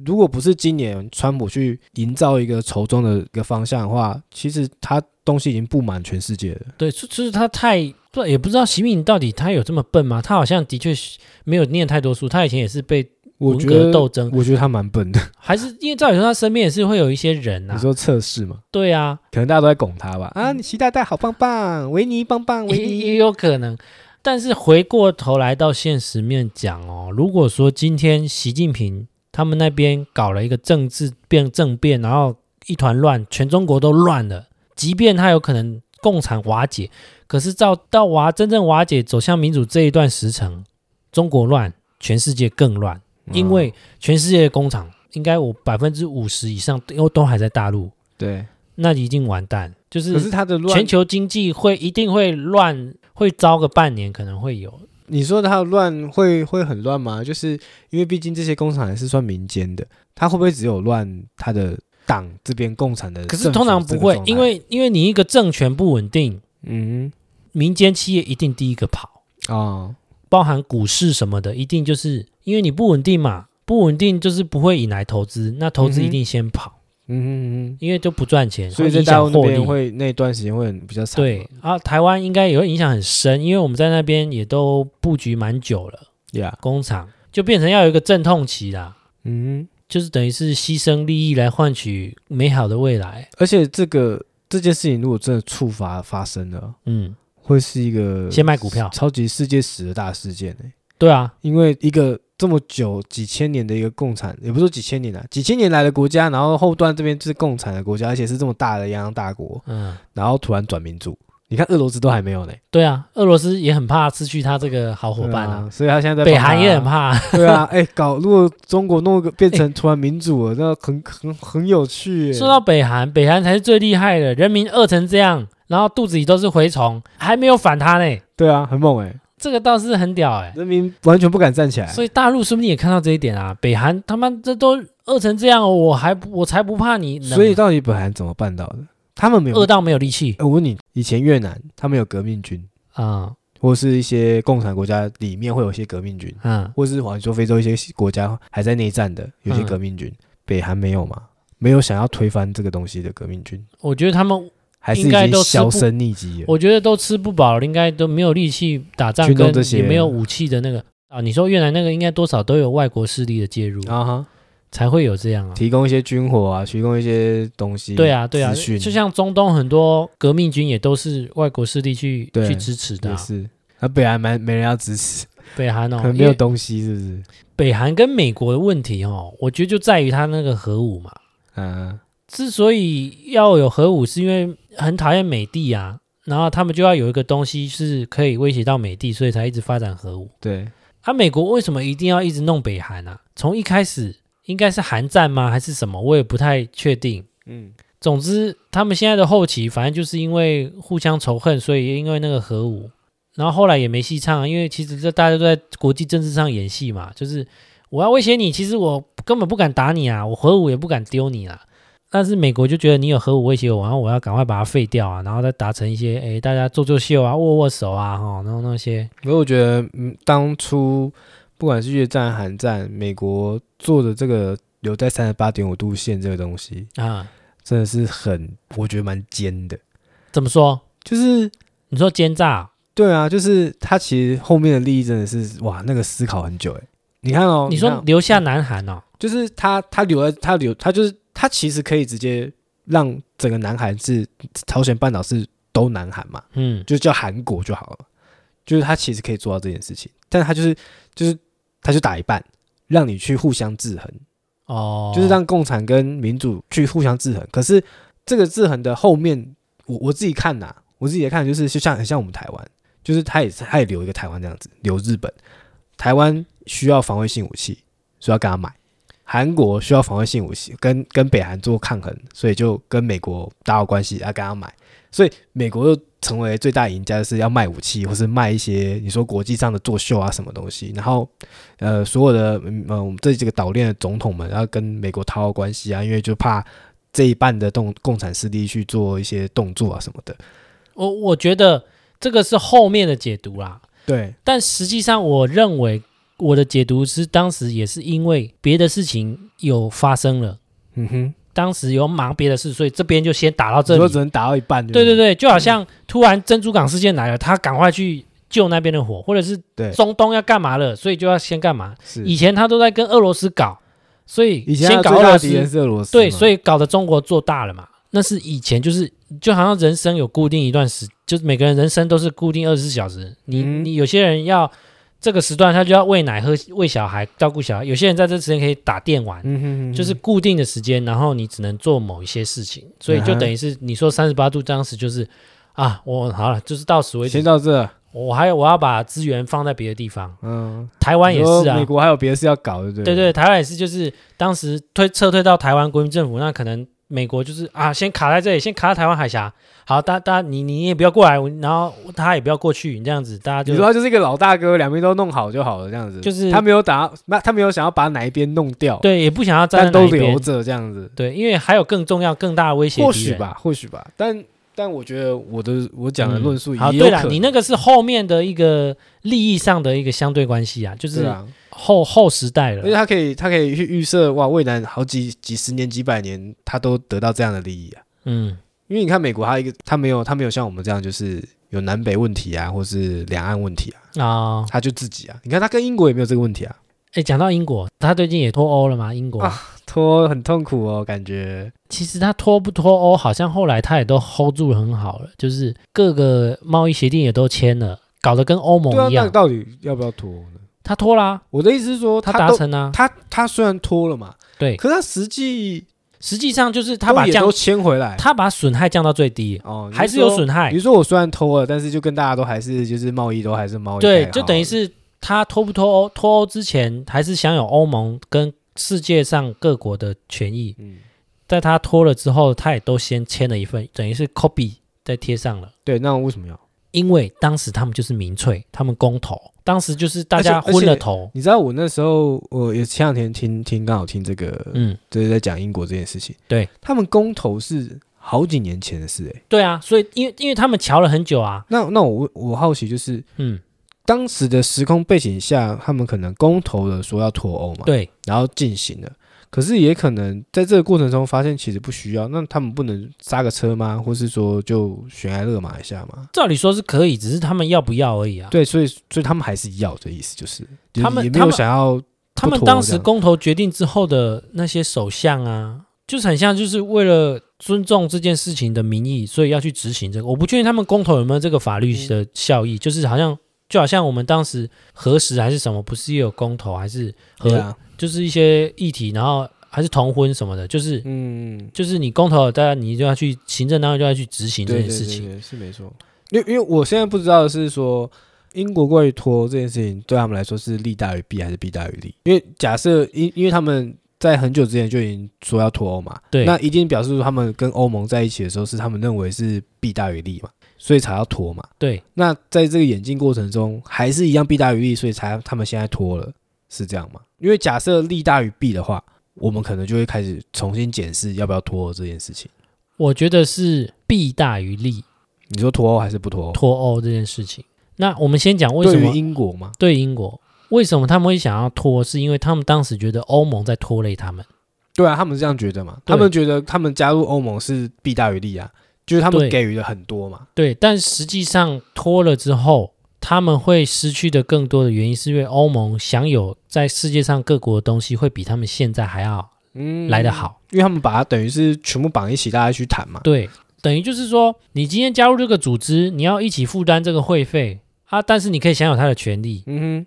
[SPEAKER 2] 如果不是今年川普去营造一个仇中的一个方向的话，其实他东西已经布满全世界了。
[SPEAKER 1] 对，就就是他太对，也不知道习近平到底他有这么笨吗？他好像的确是没有念太多书，他以前也是被
[SPEAKER 2] 我
[SPEAKER 1] 文
[SPEAKER 2] 觉
[SPEAKER 1] 革
[SPEAKER 2] 得，
[SPEAKER 1] 斗争，
[SPEAKER 2] 我觉得他蛮笨 的。
[SPEAKER 1] 还是因为照理说他身边也是会有一些人
[SPEAKER 2] 你
[SPEAKER 1] 啊，
[SPEAKER 2] 说测试嘛，
[SPEAKER 1] 对啊，
[SPEAKER 2] 可能大家都在拱他吧？啊，你习大大好棒棒，维尼棒棒，维
[SPEAKER 1] 也
[SPEAKER 2] 尼。
[SPEAKER 1] 也有可能。但是回过头来到现实面讲哦，如果说今天习近平他们那边搞了一个政治变政变，然后一团乱，全中国都乱了，即便他有可能共产瓦解，可是到到瓦真正瓦解走向民主这一段时程，中国乱，全世界更乱，
[SPEAKER 2] 嗯
[SPEAKER 1] 因为全世界的工厂应该我百分之五十以上都都还在大陆，
[SPEAKER 2] 对，
[SPEAKER 1] 那已经完蛋，就是
[SPEAKER 2] 可是他的乱
[SPEAKER 1] 全，球经济会一定会乱，会糟个半年，可能会有。
[SPEAKER 2] 你说他的乱会会很乱吗？就是因为毕竟这些工厂还是算民间的，他会不会只有乱他的党这边共产的
[SPEAKER 1] 可是
[SPEAKER 2] 政府
[SPEAKER 1] 通常
[SPEAKER 2] 这
[SPEAKER 1] 不
[SPEAKER 2] 个
[SPEAKER 1] 会
[SPEAKER 2] 状，态
[SPEAKER 1] 因为因为你一个政权不稳定，
[SPEAKER 2] 嗯
[SPEAKER 1] 民间企业一定第一个跑，
[SPEAKER 2] 哦，
[SPEAKER 1] 包含股市什么的，一定就是因为你不稳定嘛，不稳定就是不会引来投资，那投资
[SPEAKER 2] 嗯哼
[SPEAKER 1] 一定先跑，
[SPEAKER 2] 嗯嗯嗯
[SPEAKER 1] 因为就不赚钱，
[SPEAKER 2] 嗯，所以
[SPEAKER 1] 会
[SPEAKER 2] 在
[SPEAKER 1] 影
[SPEAKER 2] 大陆
[SPEAKER 1] 响
[SPEAKER 2] 那
[SPEAKER 1] 获
[SPEAKER 2] 边
[SPEAKER 1] 利。
[SPEAKER 2] 会那段时间会很比较惨，
[SPEAKER 1] 对啊，台湾应该也会影响很深，因为我们在那边也都布局蛮久了，
[SPEAKER 2] 呀，
[SPEAKER 1] 工厂就变成要有一个阵痛期啦，
[SPEAKER 2] 嗯，
[SPEAKER 1] 就是等于是牺牲利益来换取美好的未来。
[SPEAKER 2] 而且这个这件事情如果真的触发发生了，
[SPEAKER 1] 嗯，
[SPEAKER 2] 会是一个
[SPEAKER 1] 先卖股票。
[SPEAKER 2] 超级世界史的大事件欸呢、
[SPEAKER 1] 对啊，
[SPEAKER 2] 因为一个这么久几千年的一个共产，也不是说几千年啊，几千年来的国家，然后后端这边是共产的国家，而且是这么大的泱泱大国，
[SPEAKER 1] 嗯，
[SPEAKER 2] 然后突然转民主，你看俄罗斯都还没有呢，
[SPEAKER 1] 对啊，俄罗斯也很怕失去他这个好伙 伴
[SPEAKER 2] 对
[SPEAKER 1] 啊，
[SPEAKER 2] 所以他现在在
[SPEAKER 1] 北
[SPEAKER 2] 帮
[SPEAKER 1] 韩
[SPEAKER 2] 他
[SPEAKER 1] 也很怕。
[SPEAKER 2] 对啊，哎、搞如果中国弄个变成突然民主了，那很很很有趣耶。
[SPEAKER 1] 说到北韩，北韩才是最厉害的，人民饿成这样，然后肚子里都是蛔虫，还没有反他呢，
[SPEAKER 2] 对啊，很猛哎，
[SPEAKER 1] 这个倒是很屌哎、
[SPEAKER 2] 人民完全不敢站起来。
[SPEAKER 1] 所以大陆说不定也看到这一点啊，北韩他妈这都饿成这样哦，我还不我才不怕你冷，
[SPEAKER 2] 所以到底北韩怎么办到的？他们没有。
[SPEAKER 1] 饿到没有力气
[SPEAKER 2] 哎我问你，以前越南他们有革命军，
[SPEAKER 1] 啊，
[SPEAKER 2] 或是一些共产国家里面会有一些革命军，
[SPEAKER 1] 嗯，
[SPEAKER 2] 或是往说非洲一些国家还在内战的有些
[SPEAKER 1] 嗯
[SPEAKER 2] 革命军，北韩没有嘛？没有想要推翻这个东西的革命军，
[SPEAKER 1] 我觉得他们，
[SPEAKER 2] 还是已
[SPEAKER 1] 应该
[SPEAKER 2] 经
[SPEAKER 1] 都吃
[SPEAKER 2] 销
[SPEAKER 1] 不
[SPEAKER 2] 声匿迹了。
[SPEAKER 1] 我觉得都吃不饱了，应该都没有力气打仗，
[SPEAKER 2] 去弄
[SPEAKER 1] 跟
[SPEAKER 2] 这些
[SPEAKER 1] 也没有武器的那个啊，你说越南那个应该多少都有外国势力的介入
[SPEAKER 2] 啊哈，
[SPEAKER 1] 才会有这样啊。
[SPEAKER 2] 提供一些军火啊，提供一些东西。
[SPEAKER 1] 对啊，对啊，
[SPEAKER 2] 资讯
[SPEAKER 1] 就像中东很多革命军也都是外国势力去
[SPEAKER 2] 对
[SPEAKER 1] 去支持的、
[SPEAKER 2] 也
[SPEAKER 1] 啊。
[SPEAKER 2] 是，那北韩没没人要支持，
[SPEAKER 1] 北韩哦
[SPEAKER 2] 可，能没
[SPEAKER 1] 因
[SPEAKER 2] 有
[SPEAKER 1] 为
[SPEAKER 2] 东西，是不是？
[SPEAKER 1] 北韩跟美国的问题哦，我觉得就在于他那个核武嘛。
[SPEAKER 2] 嗯，
[SPEAKER 1] 之所以要有核武，是因为很讨厌美帝啊，然后他们就要有一个东西是可以威胁到美帝，所以才一直发展核武。
[SPEAKER 2] 对，
[SPEAKER 1] 啊，美国为什么一定要一直弄北韩啊？从一开始应该是韩战吗，还是什么？我也不太确定。
[SPEAKER 2] 嗯，
[SPEAKER 1] 总之，他们现在的后期，反正就是因为互相仇恨，所以因为那个核武，然后后来也没戏唱啊，因为其实这大家都在国际政治上演戏嘛，就是我要威胁你，其实我根本不敢打你啊，我核武也不敢丢你啦。但是美国就觉得你有核武威胁我，然后我要赶快把它废掉啊，然后再达成一些诶大家做做秀啊，握握手啊，哈，然后那些
[SPEAKER 2] 可是我觉得，嗯，当初不管是越战、韩战，美国做的这个留在三十八点五度线这个东西，
[SPEAKER 1] 啊，
[SPEAKER 2] 真的是很，我觉得蛮尖的。
[SPEAKER 1] 怎么说？
[SPEAKER 2] 就是
[SPEAKER 1] 你说奸诈？
[SPEAKER 2] 对啊，就是他其实后面的利益真的是哇，那个思考很久哎。你看哦，
[SPEAKER 1] 你说
[SPEAKER 2] 看
[SPEAKER 1] 留下南韩哦，
[SPEAKER 2] 就是他他留在他留他就是他其实可以直接让整个南韩是朝鲜半岛是都南韩嘛，
[SPEAKER 1] 嗯，
[SPEAKER 2] 就叫韩国就好了。就是他其实可以做到这件事情，但他就是就是他就打一半，让你去互相制衡，
[SPEAKER 1] 哦，
[SPEAKER 2] 就是让共产跟民主去互相制衡。可是这个制衡的后面，我我自己看呐、我自己也看就是就像很像我们台湾，就是他也是他也留一个台湾这样子，留日本，台湾需要防卫性武器，所以要跟他买。韩国需要防卫性武器，跟跟北韩做抗衡，所以就跟美国打好关系，要跟他买。所以美国又成为最大赢家，就是要卖武器，或是卖一些你说国际上的作秀啊什么东西。然后，呃，所有的嗯呃我们这几个岛链的总统们要跟美国讨好关系啊，因为就怕这一半的动共产势力去做一些动作啊什么的。
[SPEAKER 1] 我我觉得这个是后面的解读啦，
[SPEAKER 2] 对，
[SPEAKER 1] 但实际上我认为我的解读是当时也是因为别的事情有发生了，
[SPEAKER 2] 嗯哼，
[SPEAKER 1] 当时有忙别的事，所以这边就先打到这
[SPEAKER 2] 只
[SPEAKER 1] 里
[SPEAKER 2] 说只。能打到一半。
[SPEAKER 1] 对对
[SPEAKER 2] 对
[SPEAKER 1] 对，就好像突然珍珠港事件来了，他赶快去救那边的火，或者是
[SPEAKER 2] 对，
[SPEAKER 1] 中东要干嘛了，所以就要先干嘛。
[SPEAKER 2] 是
[SPEAKER 1] 以前他都在跟俄罗斯搞，所以
[SPEAKER 2] 以前他
[SPEAKER 1] 先搞
[SPEAKER 2] 最大
[SPEAKER 1] 俄罗
[SPEAKER 2] 的敌人
[SPEAKER 1] 斯，
[SPEAKER 2] 是俄罗斯嘛，
[SPEAKER 1] 对，所以搞得中国做大了嘛。那是以前就是就好像人生有固定一段时，就是每个人人生都是固定二十四小时。你、
[SPEAKER 2] 嗯
[SPEAKER 1] 你有些人要这个时段他就要喂奶、喝喂小孩、照顾小孩，有些人在这时间可以打电玩，
[SPEAKER 2] 嗯哼哼哼
[SPEAKER 1] 就是固定的时间，然后你只能做某一些事情，所
[SPEAKER 2] 嗯
[SPEAKER 1] 以就等于是你说三十八度，当时就是啊，我好了，就是到此为
[SPEAKER 2] 先
[SPEAKER 1] 止。
[SPEAKER 2] 到这，
[SPEAKER 1] 我还有我要把资源放在别的地方，
[SPEAKER 2] 嗯，
[SPEAKER 1] 台湾也
[SPEAKER 2] 你
[SPEAKER 1] 是
[SPEAKER 2] 说
[SPEAKER 1] 啊
[SPEAKER 2] 美，国还有别的事要搞，对不对？
[SPEAKER 1] 对对，台湾也是，就是当时推撤退到台湾国民政府，那可能美国就是啊，先卡在这里，先卡在台湾海峡。好，大大你你也不要过来，我然后他也不要过去，你这样子大家就
[SPEAKER 2] 你说他就是一个老大哥，两边都弄好就好了，这样子。
[SPEAKER 1] 就是
[SPEAKER 2] 他没有打，那他没有想要把哪一边弄掉，
[SPEAKER 1] 对，也不想要站
[SPEAKER 2] 但
[SPEAKER 1] 在
[SPEAKER 2] 都
[SPEAKER 1] 哪一边
[SPEAKER 2] 留。着这样子。
[SPEAKER 1] 对，因为还有更重要、更大的威胁
[SPEAKER 2] 或
[SPEAKER 1] 敌
[SPEAKER 2] 许
[SPEAKER 1] 人
[SPEAKER 2] 吧，或许吧，但但我觉得我的我讲的
[SPEAKER 1] 嗯
[SPEAKER 2] 论述也
[SPEAKER 1] 好，
[SPEAKER 2] 有
[SPEAKER 1] 对
[SPEAKER 2] 可
[SPEAKER 1] 了，
[SPEAKER 2] 能
[SPEAKER 1] 你那个是后面的一个利益上的一个相对关系啊，就
[SPEAKER 2] 对
[SPEAKER 1] 是
[SPEAKER 2] 啊，哎
[SPEAKER 1] 后后时代
[SPEAKER 2] 而且
[SPEAKER 1] 了。
[SPEAKER 2] 他可以他可以去预设哇，未来好几几十年几百年，他都得到这样的利益啊。
[SPEAKER 1] 嗯，
[SPEAKER 2] 因为你看美国，他一个他没有他没有像我们这样，就是有南北问题啊，或是两岸问题啊，
[SPEAKER 1] 啊，
[SPEAKER 2] 他就自己啊。你看他跟英国也没有这个问题啊，
[SPEAKER 1] 哎，讲到英国，他最近也脱欧了嘛？英国
[SPEAKER 2] 啊拖很痛苦哦，感觉
[SPEAKER 1] 其实他脱不脱欧，好像后来他也都 hold 住得很好了，就是各个贸易协定也都签了，搞得跟欧
[SPEAKER 2] 对啊
[SPEAKER 1] 盟一，
[SPEAKER 2] 那
[SPEAKER 1] 样。
[SPEAKER 2] 到底要不要拖呢？
[SPEAKER 1] 他脱啦、
[SPEAKER 2] 我的意思是说，
[SPEAKER 1] 他
[SPEAKER 2] 都
[SPEAKER 1] 达成啦、
[SPEAKER 2] 他他虽然拖了嘛，
[SPEAKER 1] 对
[SPEAKER 2] 可是他实际
[SPEAKER 1] 实际上就是他把
[SPEAKER 2] 都也
[SPEAKER 1] 降
[SPEAKER 2] 都，签回来，
[SPEAKER 1] 他把损害降到最低，
[SPEAKER 2] 哦，你
[SPEAKER 1] 还是有
[SPEAKER 2] 说
[SPEAKER 1] 损害
[SPEAKER 2] 比。如说我虽然偷了，但是就跟大家都还是就是贸易都还是贸易
[SPEAKER 1] 对
[SPEAKER 2] 代，号
[SPEAKER 1] 就等于是他脱不脱欧，脱欧之前还是享有欧盟跟世界上各国的权益，
[SPEAKER 2] 嗯，
[SPEAKER 1] 在他脱了之后，他也都先签了一份，等于是 copy 再贴上了。
[SPEAKER 2] 对，那为什么要？
[SPEAKER 1] 因为当时他们就是民粹，他们公投，当时就是大家
[SPEAKER 2] 而且而
[SPEAKER 1] 昏了
[SPEAKER 2] 且
[SPEAKER 1] 头。
[SPEAKER 2] 你知道我那时候我也前两天听听刚好听这个，
[SPEAKER 1] 嗯，
[SPEAKER 2] 就是在讲英国这件事情，
[SPEAKER 1] 对
[SPEAKER 2] 他们公投是好几年前的事哎、
[SPEAKER 1] 对啊，所以因为因为他们瞧了很久啊，
[SPEAKER 2] 那那我我好奇就是
[SPEAKER 1] 嗯，
[SPEAKER 2] 当时的时空背景下，他们可能公投了说要脱欧嘛，
[SPEAKER 1] 对，
[SPEAKER 2] 然后进行了。可是也可能在这个过程中发现其实不需要，那他们不能刹个车吗？或是说就悬崖勒马一下吗？
[SPEAKER 1] 照理说是可以，只是他们要不要而已啊。
[SPEAKER 2] 对，所以所以他们还是要的意思，就是
[SPEAKER 1] 他们
[SPEAKER 2] 也没
[SPEAKER 1] 他
[SPEAKER 2] 有
[SPEAKER 1] 们
[SPEAKER 2] 想要
[SPEAKER 1] 他们
[SPEAKER 2] 不脱
[SPEAKER 1] 当
[SPEAKER 2] 这
[SPEAKER 1] 时
[SPEAKER 2] 样
[SPEAKER 1] 公投决定之后的那些首相啊，就是很像就是为了尊重这件事情的民意，所以要去执行这个。我不确定他们公投有没有这个法律的效益，就是好像就好像我们当时核实还是什么，不是也有公投还是核、
[SPEAKER 2] 对啊，
[SPEAKER 1] 就是一些议题，然后还是同婚什么的，就是
[SPEAKER 2] 嗯，
[SPEAKER 1] 就是你公投，大家你就要去行政单位就要去执行这
[SPEAKER 2] 对
[SPEAKER 1] 件
[SPEAKER 2] 对
[SPEAKER 1] 事
[SPEAKER 2] 对
[SPEAKER 1] 情。
[SPEAKER 2] 对是没错。因为因为我现在不知道的是说英国关于脱欧这件事情对他们来说是利大于弊还是弊大于利？因为假设因因为他们在很久之前就已经说要脱欧嘛，
[SPEAKER 1] 对
[SPEAKER 2] 那一定表示说他们跟欧盟在一起的时候是他们认为是弊大于利嘛，所以才要脱嘛。
[SPEAKER 1] 对，
[SPEAKER 2] 那在这个演进过程中，还是一样弊大于利，所以才他们现在拖了，是这样吗？因为假设利大于弊的话，我们可能就会开始重新检视要不要脱欧这件事情。
[SPEAKER 1] 我觉得是弊大于利，
[SPEAKER 2] 你说脱欧还是不脱欧？
[SPEAKER 1] 脱欧这件事情。那我们先讲为
[SPEAKER 2] 对
[SPEAKER 1] 什
[SPEAKER 2] 于
[SPEAKER 1] 么
[SPEAKER 2] 英国吗？
[SPEAKER 1] 对英国为什么他们会想要脱，是因为他们当时觉得欧盟在拖累他们。
[SPEAKER 2] 对啊，他们是这样觉得嘛？
[SPEAKER 1] 对
[SPEAKER 2] 他们觉得他们加入欧盟是弊大于利啊，就是他们
[SPEAKER 1] 对
[SPEAKER 2] 给予了很多嘛。
[SPEAKER 1] 对，但实际上脱了之后，他们会失去的更多的原因，是因为欧盟享有在世界上各国的东西会比他们现在还要
[SPEAKER 2] 嗯
[SPEAKER 1] 来得，好。
[SPEAKER 2] 因为他们把它等于是全部绑一起，大家去谈嘛。
[SPEAKER 1] 对，等于就是说，你今天加入这个组织，你要一起负担这个会费啊，但是你可以享有它的权利。
[SPEAKER 2] 嗯哼。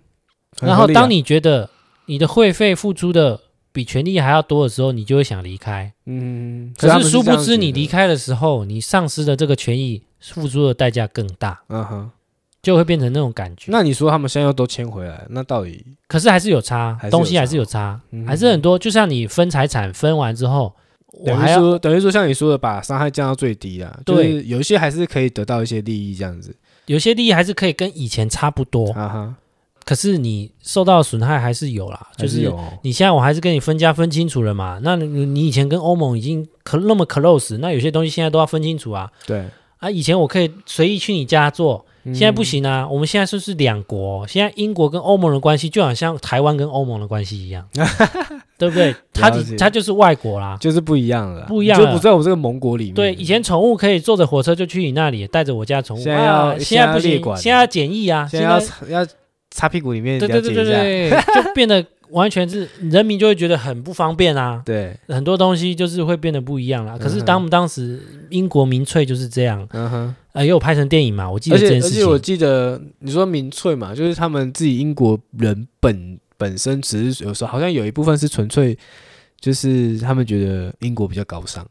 [SPEAKER 1] 然后当
[SPEAKER 2] 你
[SPEAKER 1] 你觉得你的会费付出的比权利还要多的时候，你就会想离开。
[SPEAKER 2] 嗯，所以他
[SPEAKER 1] 可
[SPEAKER 2] 们
[SPEAKER 1] 是
[SPEAKER 2] 是
[SPEAKER 1] 殊
[SPEAKER 2] 这
[SPEAKER 1] 不
[SPEAKER 2] 样
[SPEAKER 1] 知，你
[SPEAKER 2] 觉得
[SPEAKER 1] 离，开的时候，你丧失的这个权益，付出的代价更大，
[SPEAKER 2] 嗯哼。
[SPEAKER 1] 就会变成那种感觉。
[SPEAKER 2] 那你说他们现在又都迁回来了，那到底
[SPEAKER 1] 可是还是有差
[SPEAKER 2] 还是有，
[SPEAKER 1] 东西
[SPEAKER 2] 差
[SPEAKER 1] 还是有差，
[SPEAKER 2] 嗯
[SPEAKER 1] 还是很多。就像你分财产分完之后，我
[SPEAKER 2] 等
[SPEAKER 1] 还
[SPEAKER 2] 于
[SPEAKER 1] 要
[SPEAKER 2] 说，等于说像你说的，把伤害降到最低啊。就
[SPEAKER 1] 对
[SPEAKER 2] 是有一些还是可以得到一些利益这样子。
[SPEAKER 1] 有些利益还是可以跟以前差不多，
[SPEAKER 2] 啊哈，
[SPEAKER 1] 可是你受到的损害还是有啦。
[SPEAKER 2] 还
[SPEAKER 1] 就是
[SPEAKER 2] 有
[SPEAKER 1] 是
[SPEAKER 2] 哦、
[SPEAKER 1] 你现在我还是跟你分家分清楚了嘛？那你你以前跟欧盟已经可那么 close，那有些东西现在都要分清楚啊。
[SPEAKER 2] 对，
[SPEAKER 1] 啊，以前我可以随意去你家做，现
[SPEAKER 2] 嗯
[SPEAKER 1] 在不行啊。我们现在是不是两国？现在英国跟欧盟的关系就好像台湾跟欧盟的关系 一样，对不对？它
[SPEAKER 2] 了解
[SPEAKER 1] 它就是外国啦。
[SPEAKER 2] 就是不一样了啊，
[SPEAKER 1] 不一样
[SPEAKER 2] 你就
[SPEAKER 1] 了
[SPEAKER 2] 不在我这个盟国里面。
[SPEAKER 1] 对，以前宠物可以坐着火车就去你那里，带着我家宠物。
[SPEAKER 2] 现在要
[SPEAKER 1] 啊
[SPEAKER 2] 现
[SPEAKER 1] 现
[SPEAKER 2] 在
[SPEAKER 1] 在
[SPEAKER 2] 要
[SPEAKER 1] 不
[SPEAKER 2] 列
[SPEAKER 1] 行，
[SPEAKER 2] 管
[SPEAKER 1] 现在要检疫啊，
[SPEAKER 2] 现在要要擦屁股里面
[SPEAKER 1] 对
[SPEAKER 2] 了
[SPEAKER 1] 对
[SPEAKER 2] 解
[SPEAKER 1] 对对
[SPEAKER 2] 一下。
[SPEAKER 1] 对，就变得完全是人民就会觉得很不方便啊，
[SPEAKER 2] 对，
[SPEAKER 1] 很多东西就是会变得不一样啦。可是当
[SPEAKER 2] 嗯
[SPEAKER 1] 当时英国民粹就是这样，
[SPEAKER 2] 嗯哼。
[SPEAKER 1] 呃，也有拍成电影嘛，我记
[SPEAKER 2] 而
[SPEAKER 1] 得这
[SPEAKER 2] 且
[SPEAKER 1] 件
[SPEAKER 2] 而
[SPEAKER 1] 事
[SPEAKER 2] 且我
[SPEAKER 1] 情。
[SPEAKER 2] 记得你说民粹嘛，就是他们自己英国人本本身只是有时候好像有一部分是纯粹，就是他们觉得英国比较高尚，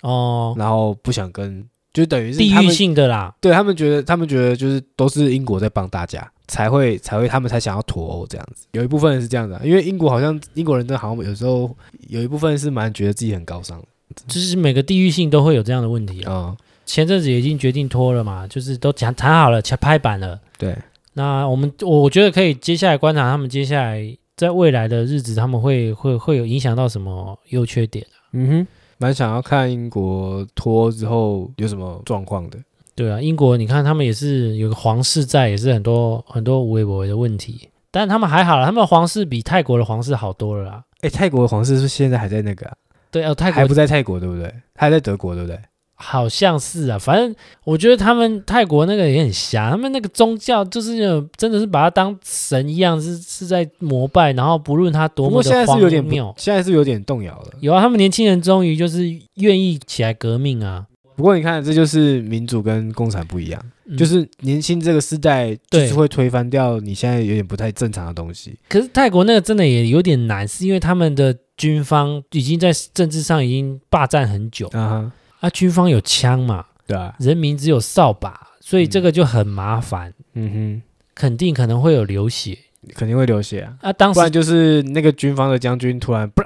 [SPEAKER 1] 哦，
[SPEAKER 2] 然后不想跟，就等于是
[SPEAKER 1] 地
[SPEAKER 2] 他
[SPEAKER 1] 域
[SPEAKER 2] 们
[SPEAKER 1] 性的啦，
[SPEAKER 2] 对他们觉得，他们觉得就是都是英国在帮大家，才会才会他们才想要脱欧这样子。有一部分人是这样的、啊因为英国好像英国人真的好像有时候有一部分是蛮觉得自己很高尚的
[SPEAKER 1] 就是每个地域性都会有这样的问题啊。
[SPEAKER 2] 啊、
[SPEAKER 1] 前阵子也已经决定脱了嘛，就是都讲谈好了，拍板了。
[SPEAKER 2] 对，
[SPEAKER 1] 那我们我觉得可以接下来观察他们接下来在未来的日子，他们会会会有影响到什么优缺点？
[SPEAKER 2] 嗯哼，蛮想要看英国脱欧之后有什么状况的。
[SPEAKER 1] 对啊，英国你看他们也是有个皇室在，也是很多很多无微不微的问题，但他们还好啦，他们的皇室比泰国的皇室好多了啦。
[SPEAKER 2] 哎，泰国的皇室是不是现在还在那个、啊，
[SPEAKER 1] 对啊，泰
[SPEAKER 2] 还不
[SPEAKER 1] 国
[SPEAKER 2] 在泰国对不对？他还在德国对不对？
[SPEAKER 1] 好像是啊，反正我觉得他们泰国那个也很瞎，他们那个宗教就是有真的是把它当神一样，是是在膜拜，然后不论他多
[SPEAKER 2] 不过
[SPEAKER 1] 么
[SPEAKER 2] 现在
[SPEAKER 1] 的荒
[SPEAKER 2] 是有点不
[SPEAKER 1] 谬，。
[SPEAKER 2] 现在是有点动摇了。
[SPEAKER 1] 有啊，他们年轻人终于就是愿意起来革命啊，
[SPEAKER 2] 不过你看，这就是民主跟共产不一样。
[SPEAKER 1] 嗯
[SPEAKER 2] 就是年轻这个时代，就
[SPEAKER 1] 对
[SPEAKER 2] 是会推翻掉你现在有点不太正常的东西。
[SPEAKER 1] 可是泰国那个真的也有点难，是因为他们的军方已经在政治上已经霸占很久
[SPEAKER 2] 啊哈，
[SPEAKER 1] 啊，军方有枪嘛，
[SPEAKER 2] 对啊，
[SPEAKER 1] 人民只有扫把，所以这个就很麻烦，
[SPEAKER 2] 嗯
[SPEAKER 1] 肯定可能会有流血
[SPEAKER 2] 哼，肯定会流血啊。
[SPEAKER 1] 啊。当
[SPEAKER 2] 不然
[SPEAKER 1] 时
[SPEAKER 2] 就是那个军方的将军突然不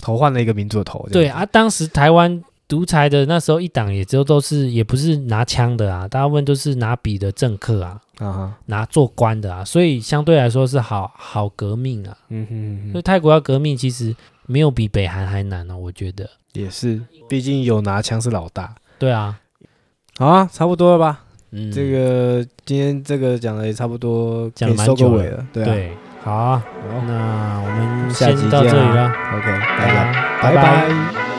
[SPEAKER 2] 头换了一个民主的头。这
[SPEAKER 1] 对
[SPEAKER 2] 样子
[SPEAKER 1] 啊，，当时台湾独裁的那时候一党也就都是也不是拿枪的啊，大部分都是拿笔的政客啊，
[SPEAKER 2] 啊哈，
[SPEAKER 1] 拿做官的啊，所以相对来说是好好革命啊。
[SPEAKER 2] 嗯哼嗯
[SPEAKER 1] 所
[SPEAKER 2] 哼，
[SPEAKER 1] 以泰国要革命其实没有比北韩还难呢、啊我觉得。
[SPEAKER 2] 也是，毕竟有拿枪是老大。
[SPEAKER 1] 对啊，
[SPEAKER 2] 好啊，差不多了吧？
[SPEAKER 1] 嗯，
[SPEAKER 2] 这个今天这个讲的也差不多，
[SPEAKER 1] 讲
[SPEAKER 2] 可以
[SPEAKER 1] 得蛮
[SPEAKER 2] 收个
[SPEAKER 1] 久
[SPEAKER 2] 尾
[SPEAKER 1] 了
[SPEAKER 2] 了。对啊，
[SPEAKER 1] 对，好啊，
[SPEAKER 2] 好
[SPEAKER 1] 那我们
[SPEAKER 2] 下
[SPEAKER 1] 先
[SPEAKER 2] 集
[SPEAKER 1] 到这
[SPEAKER 2] 见
[SPEAKER 1] 里
[SPEAKER 2] 啊
[SPEAKER 1] 了，
[SPEAKER 2] ，OK，大家拜
[SPEAKER 1] 拜拜
[SPEAKER 2] 拜。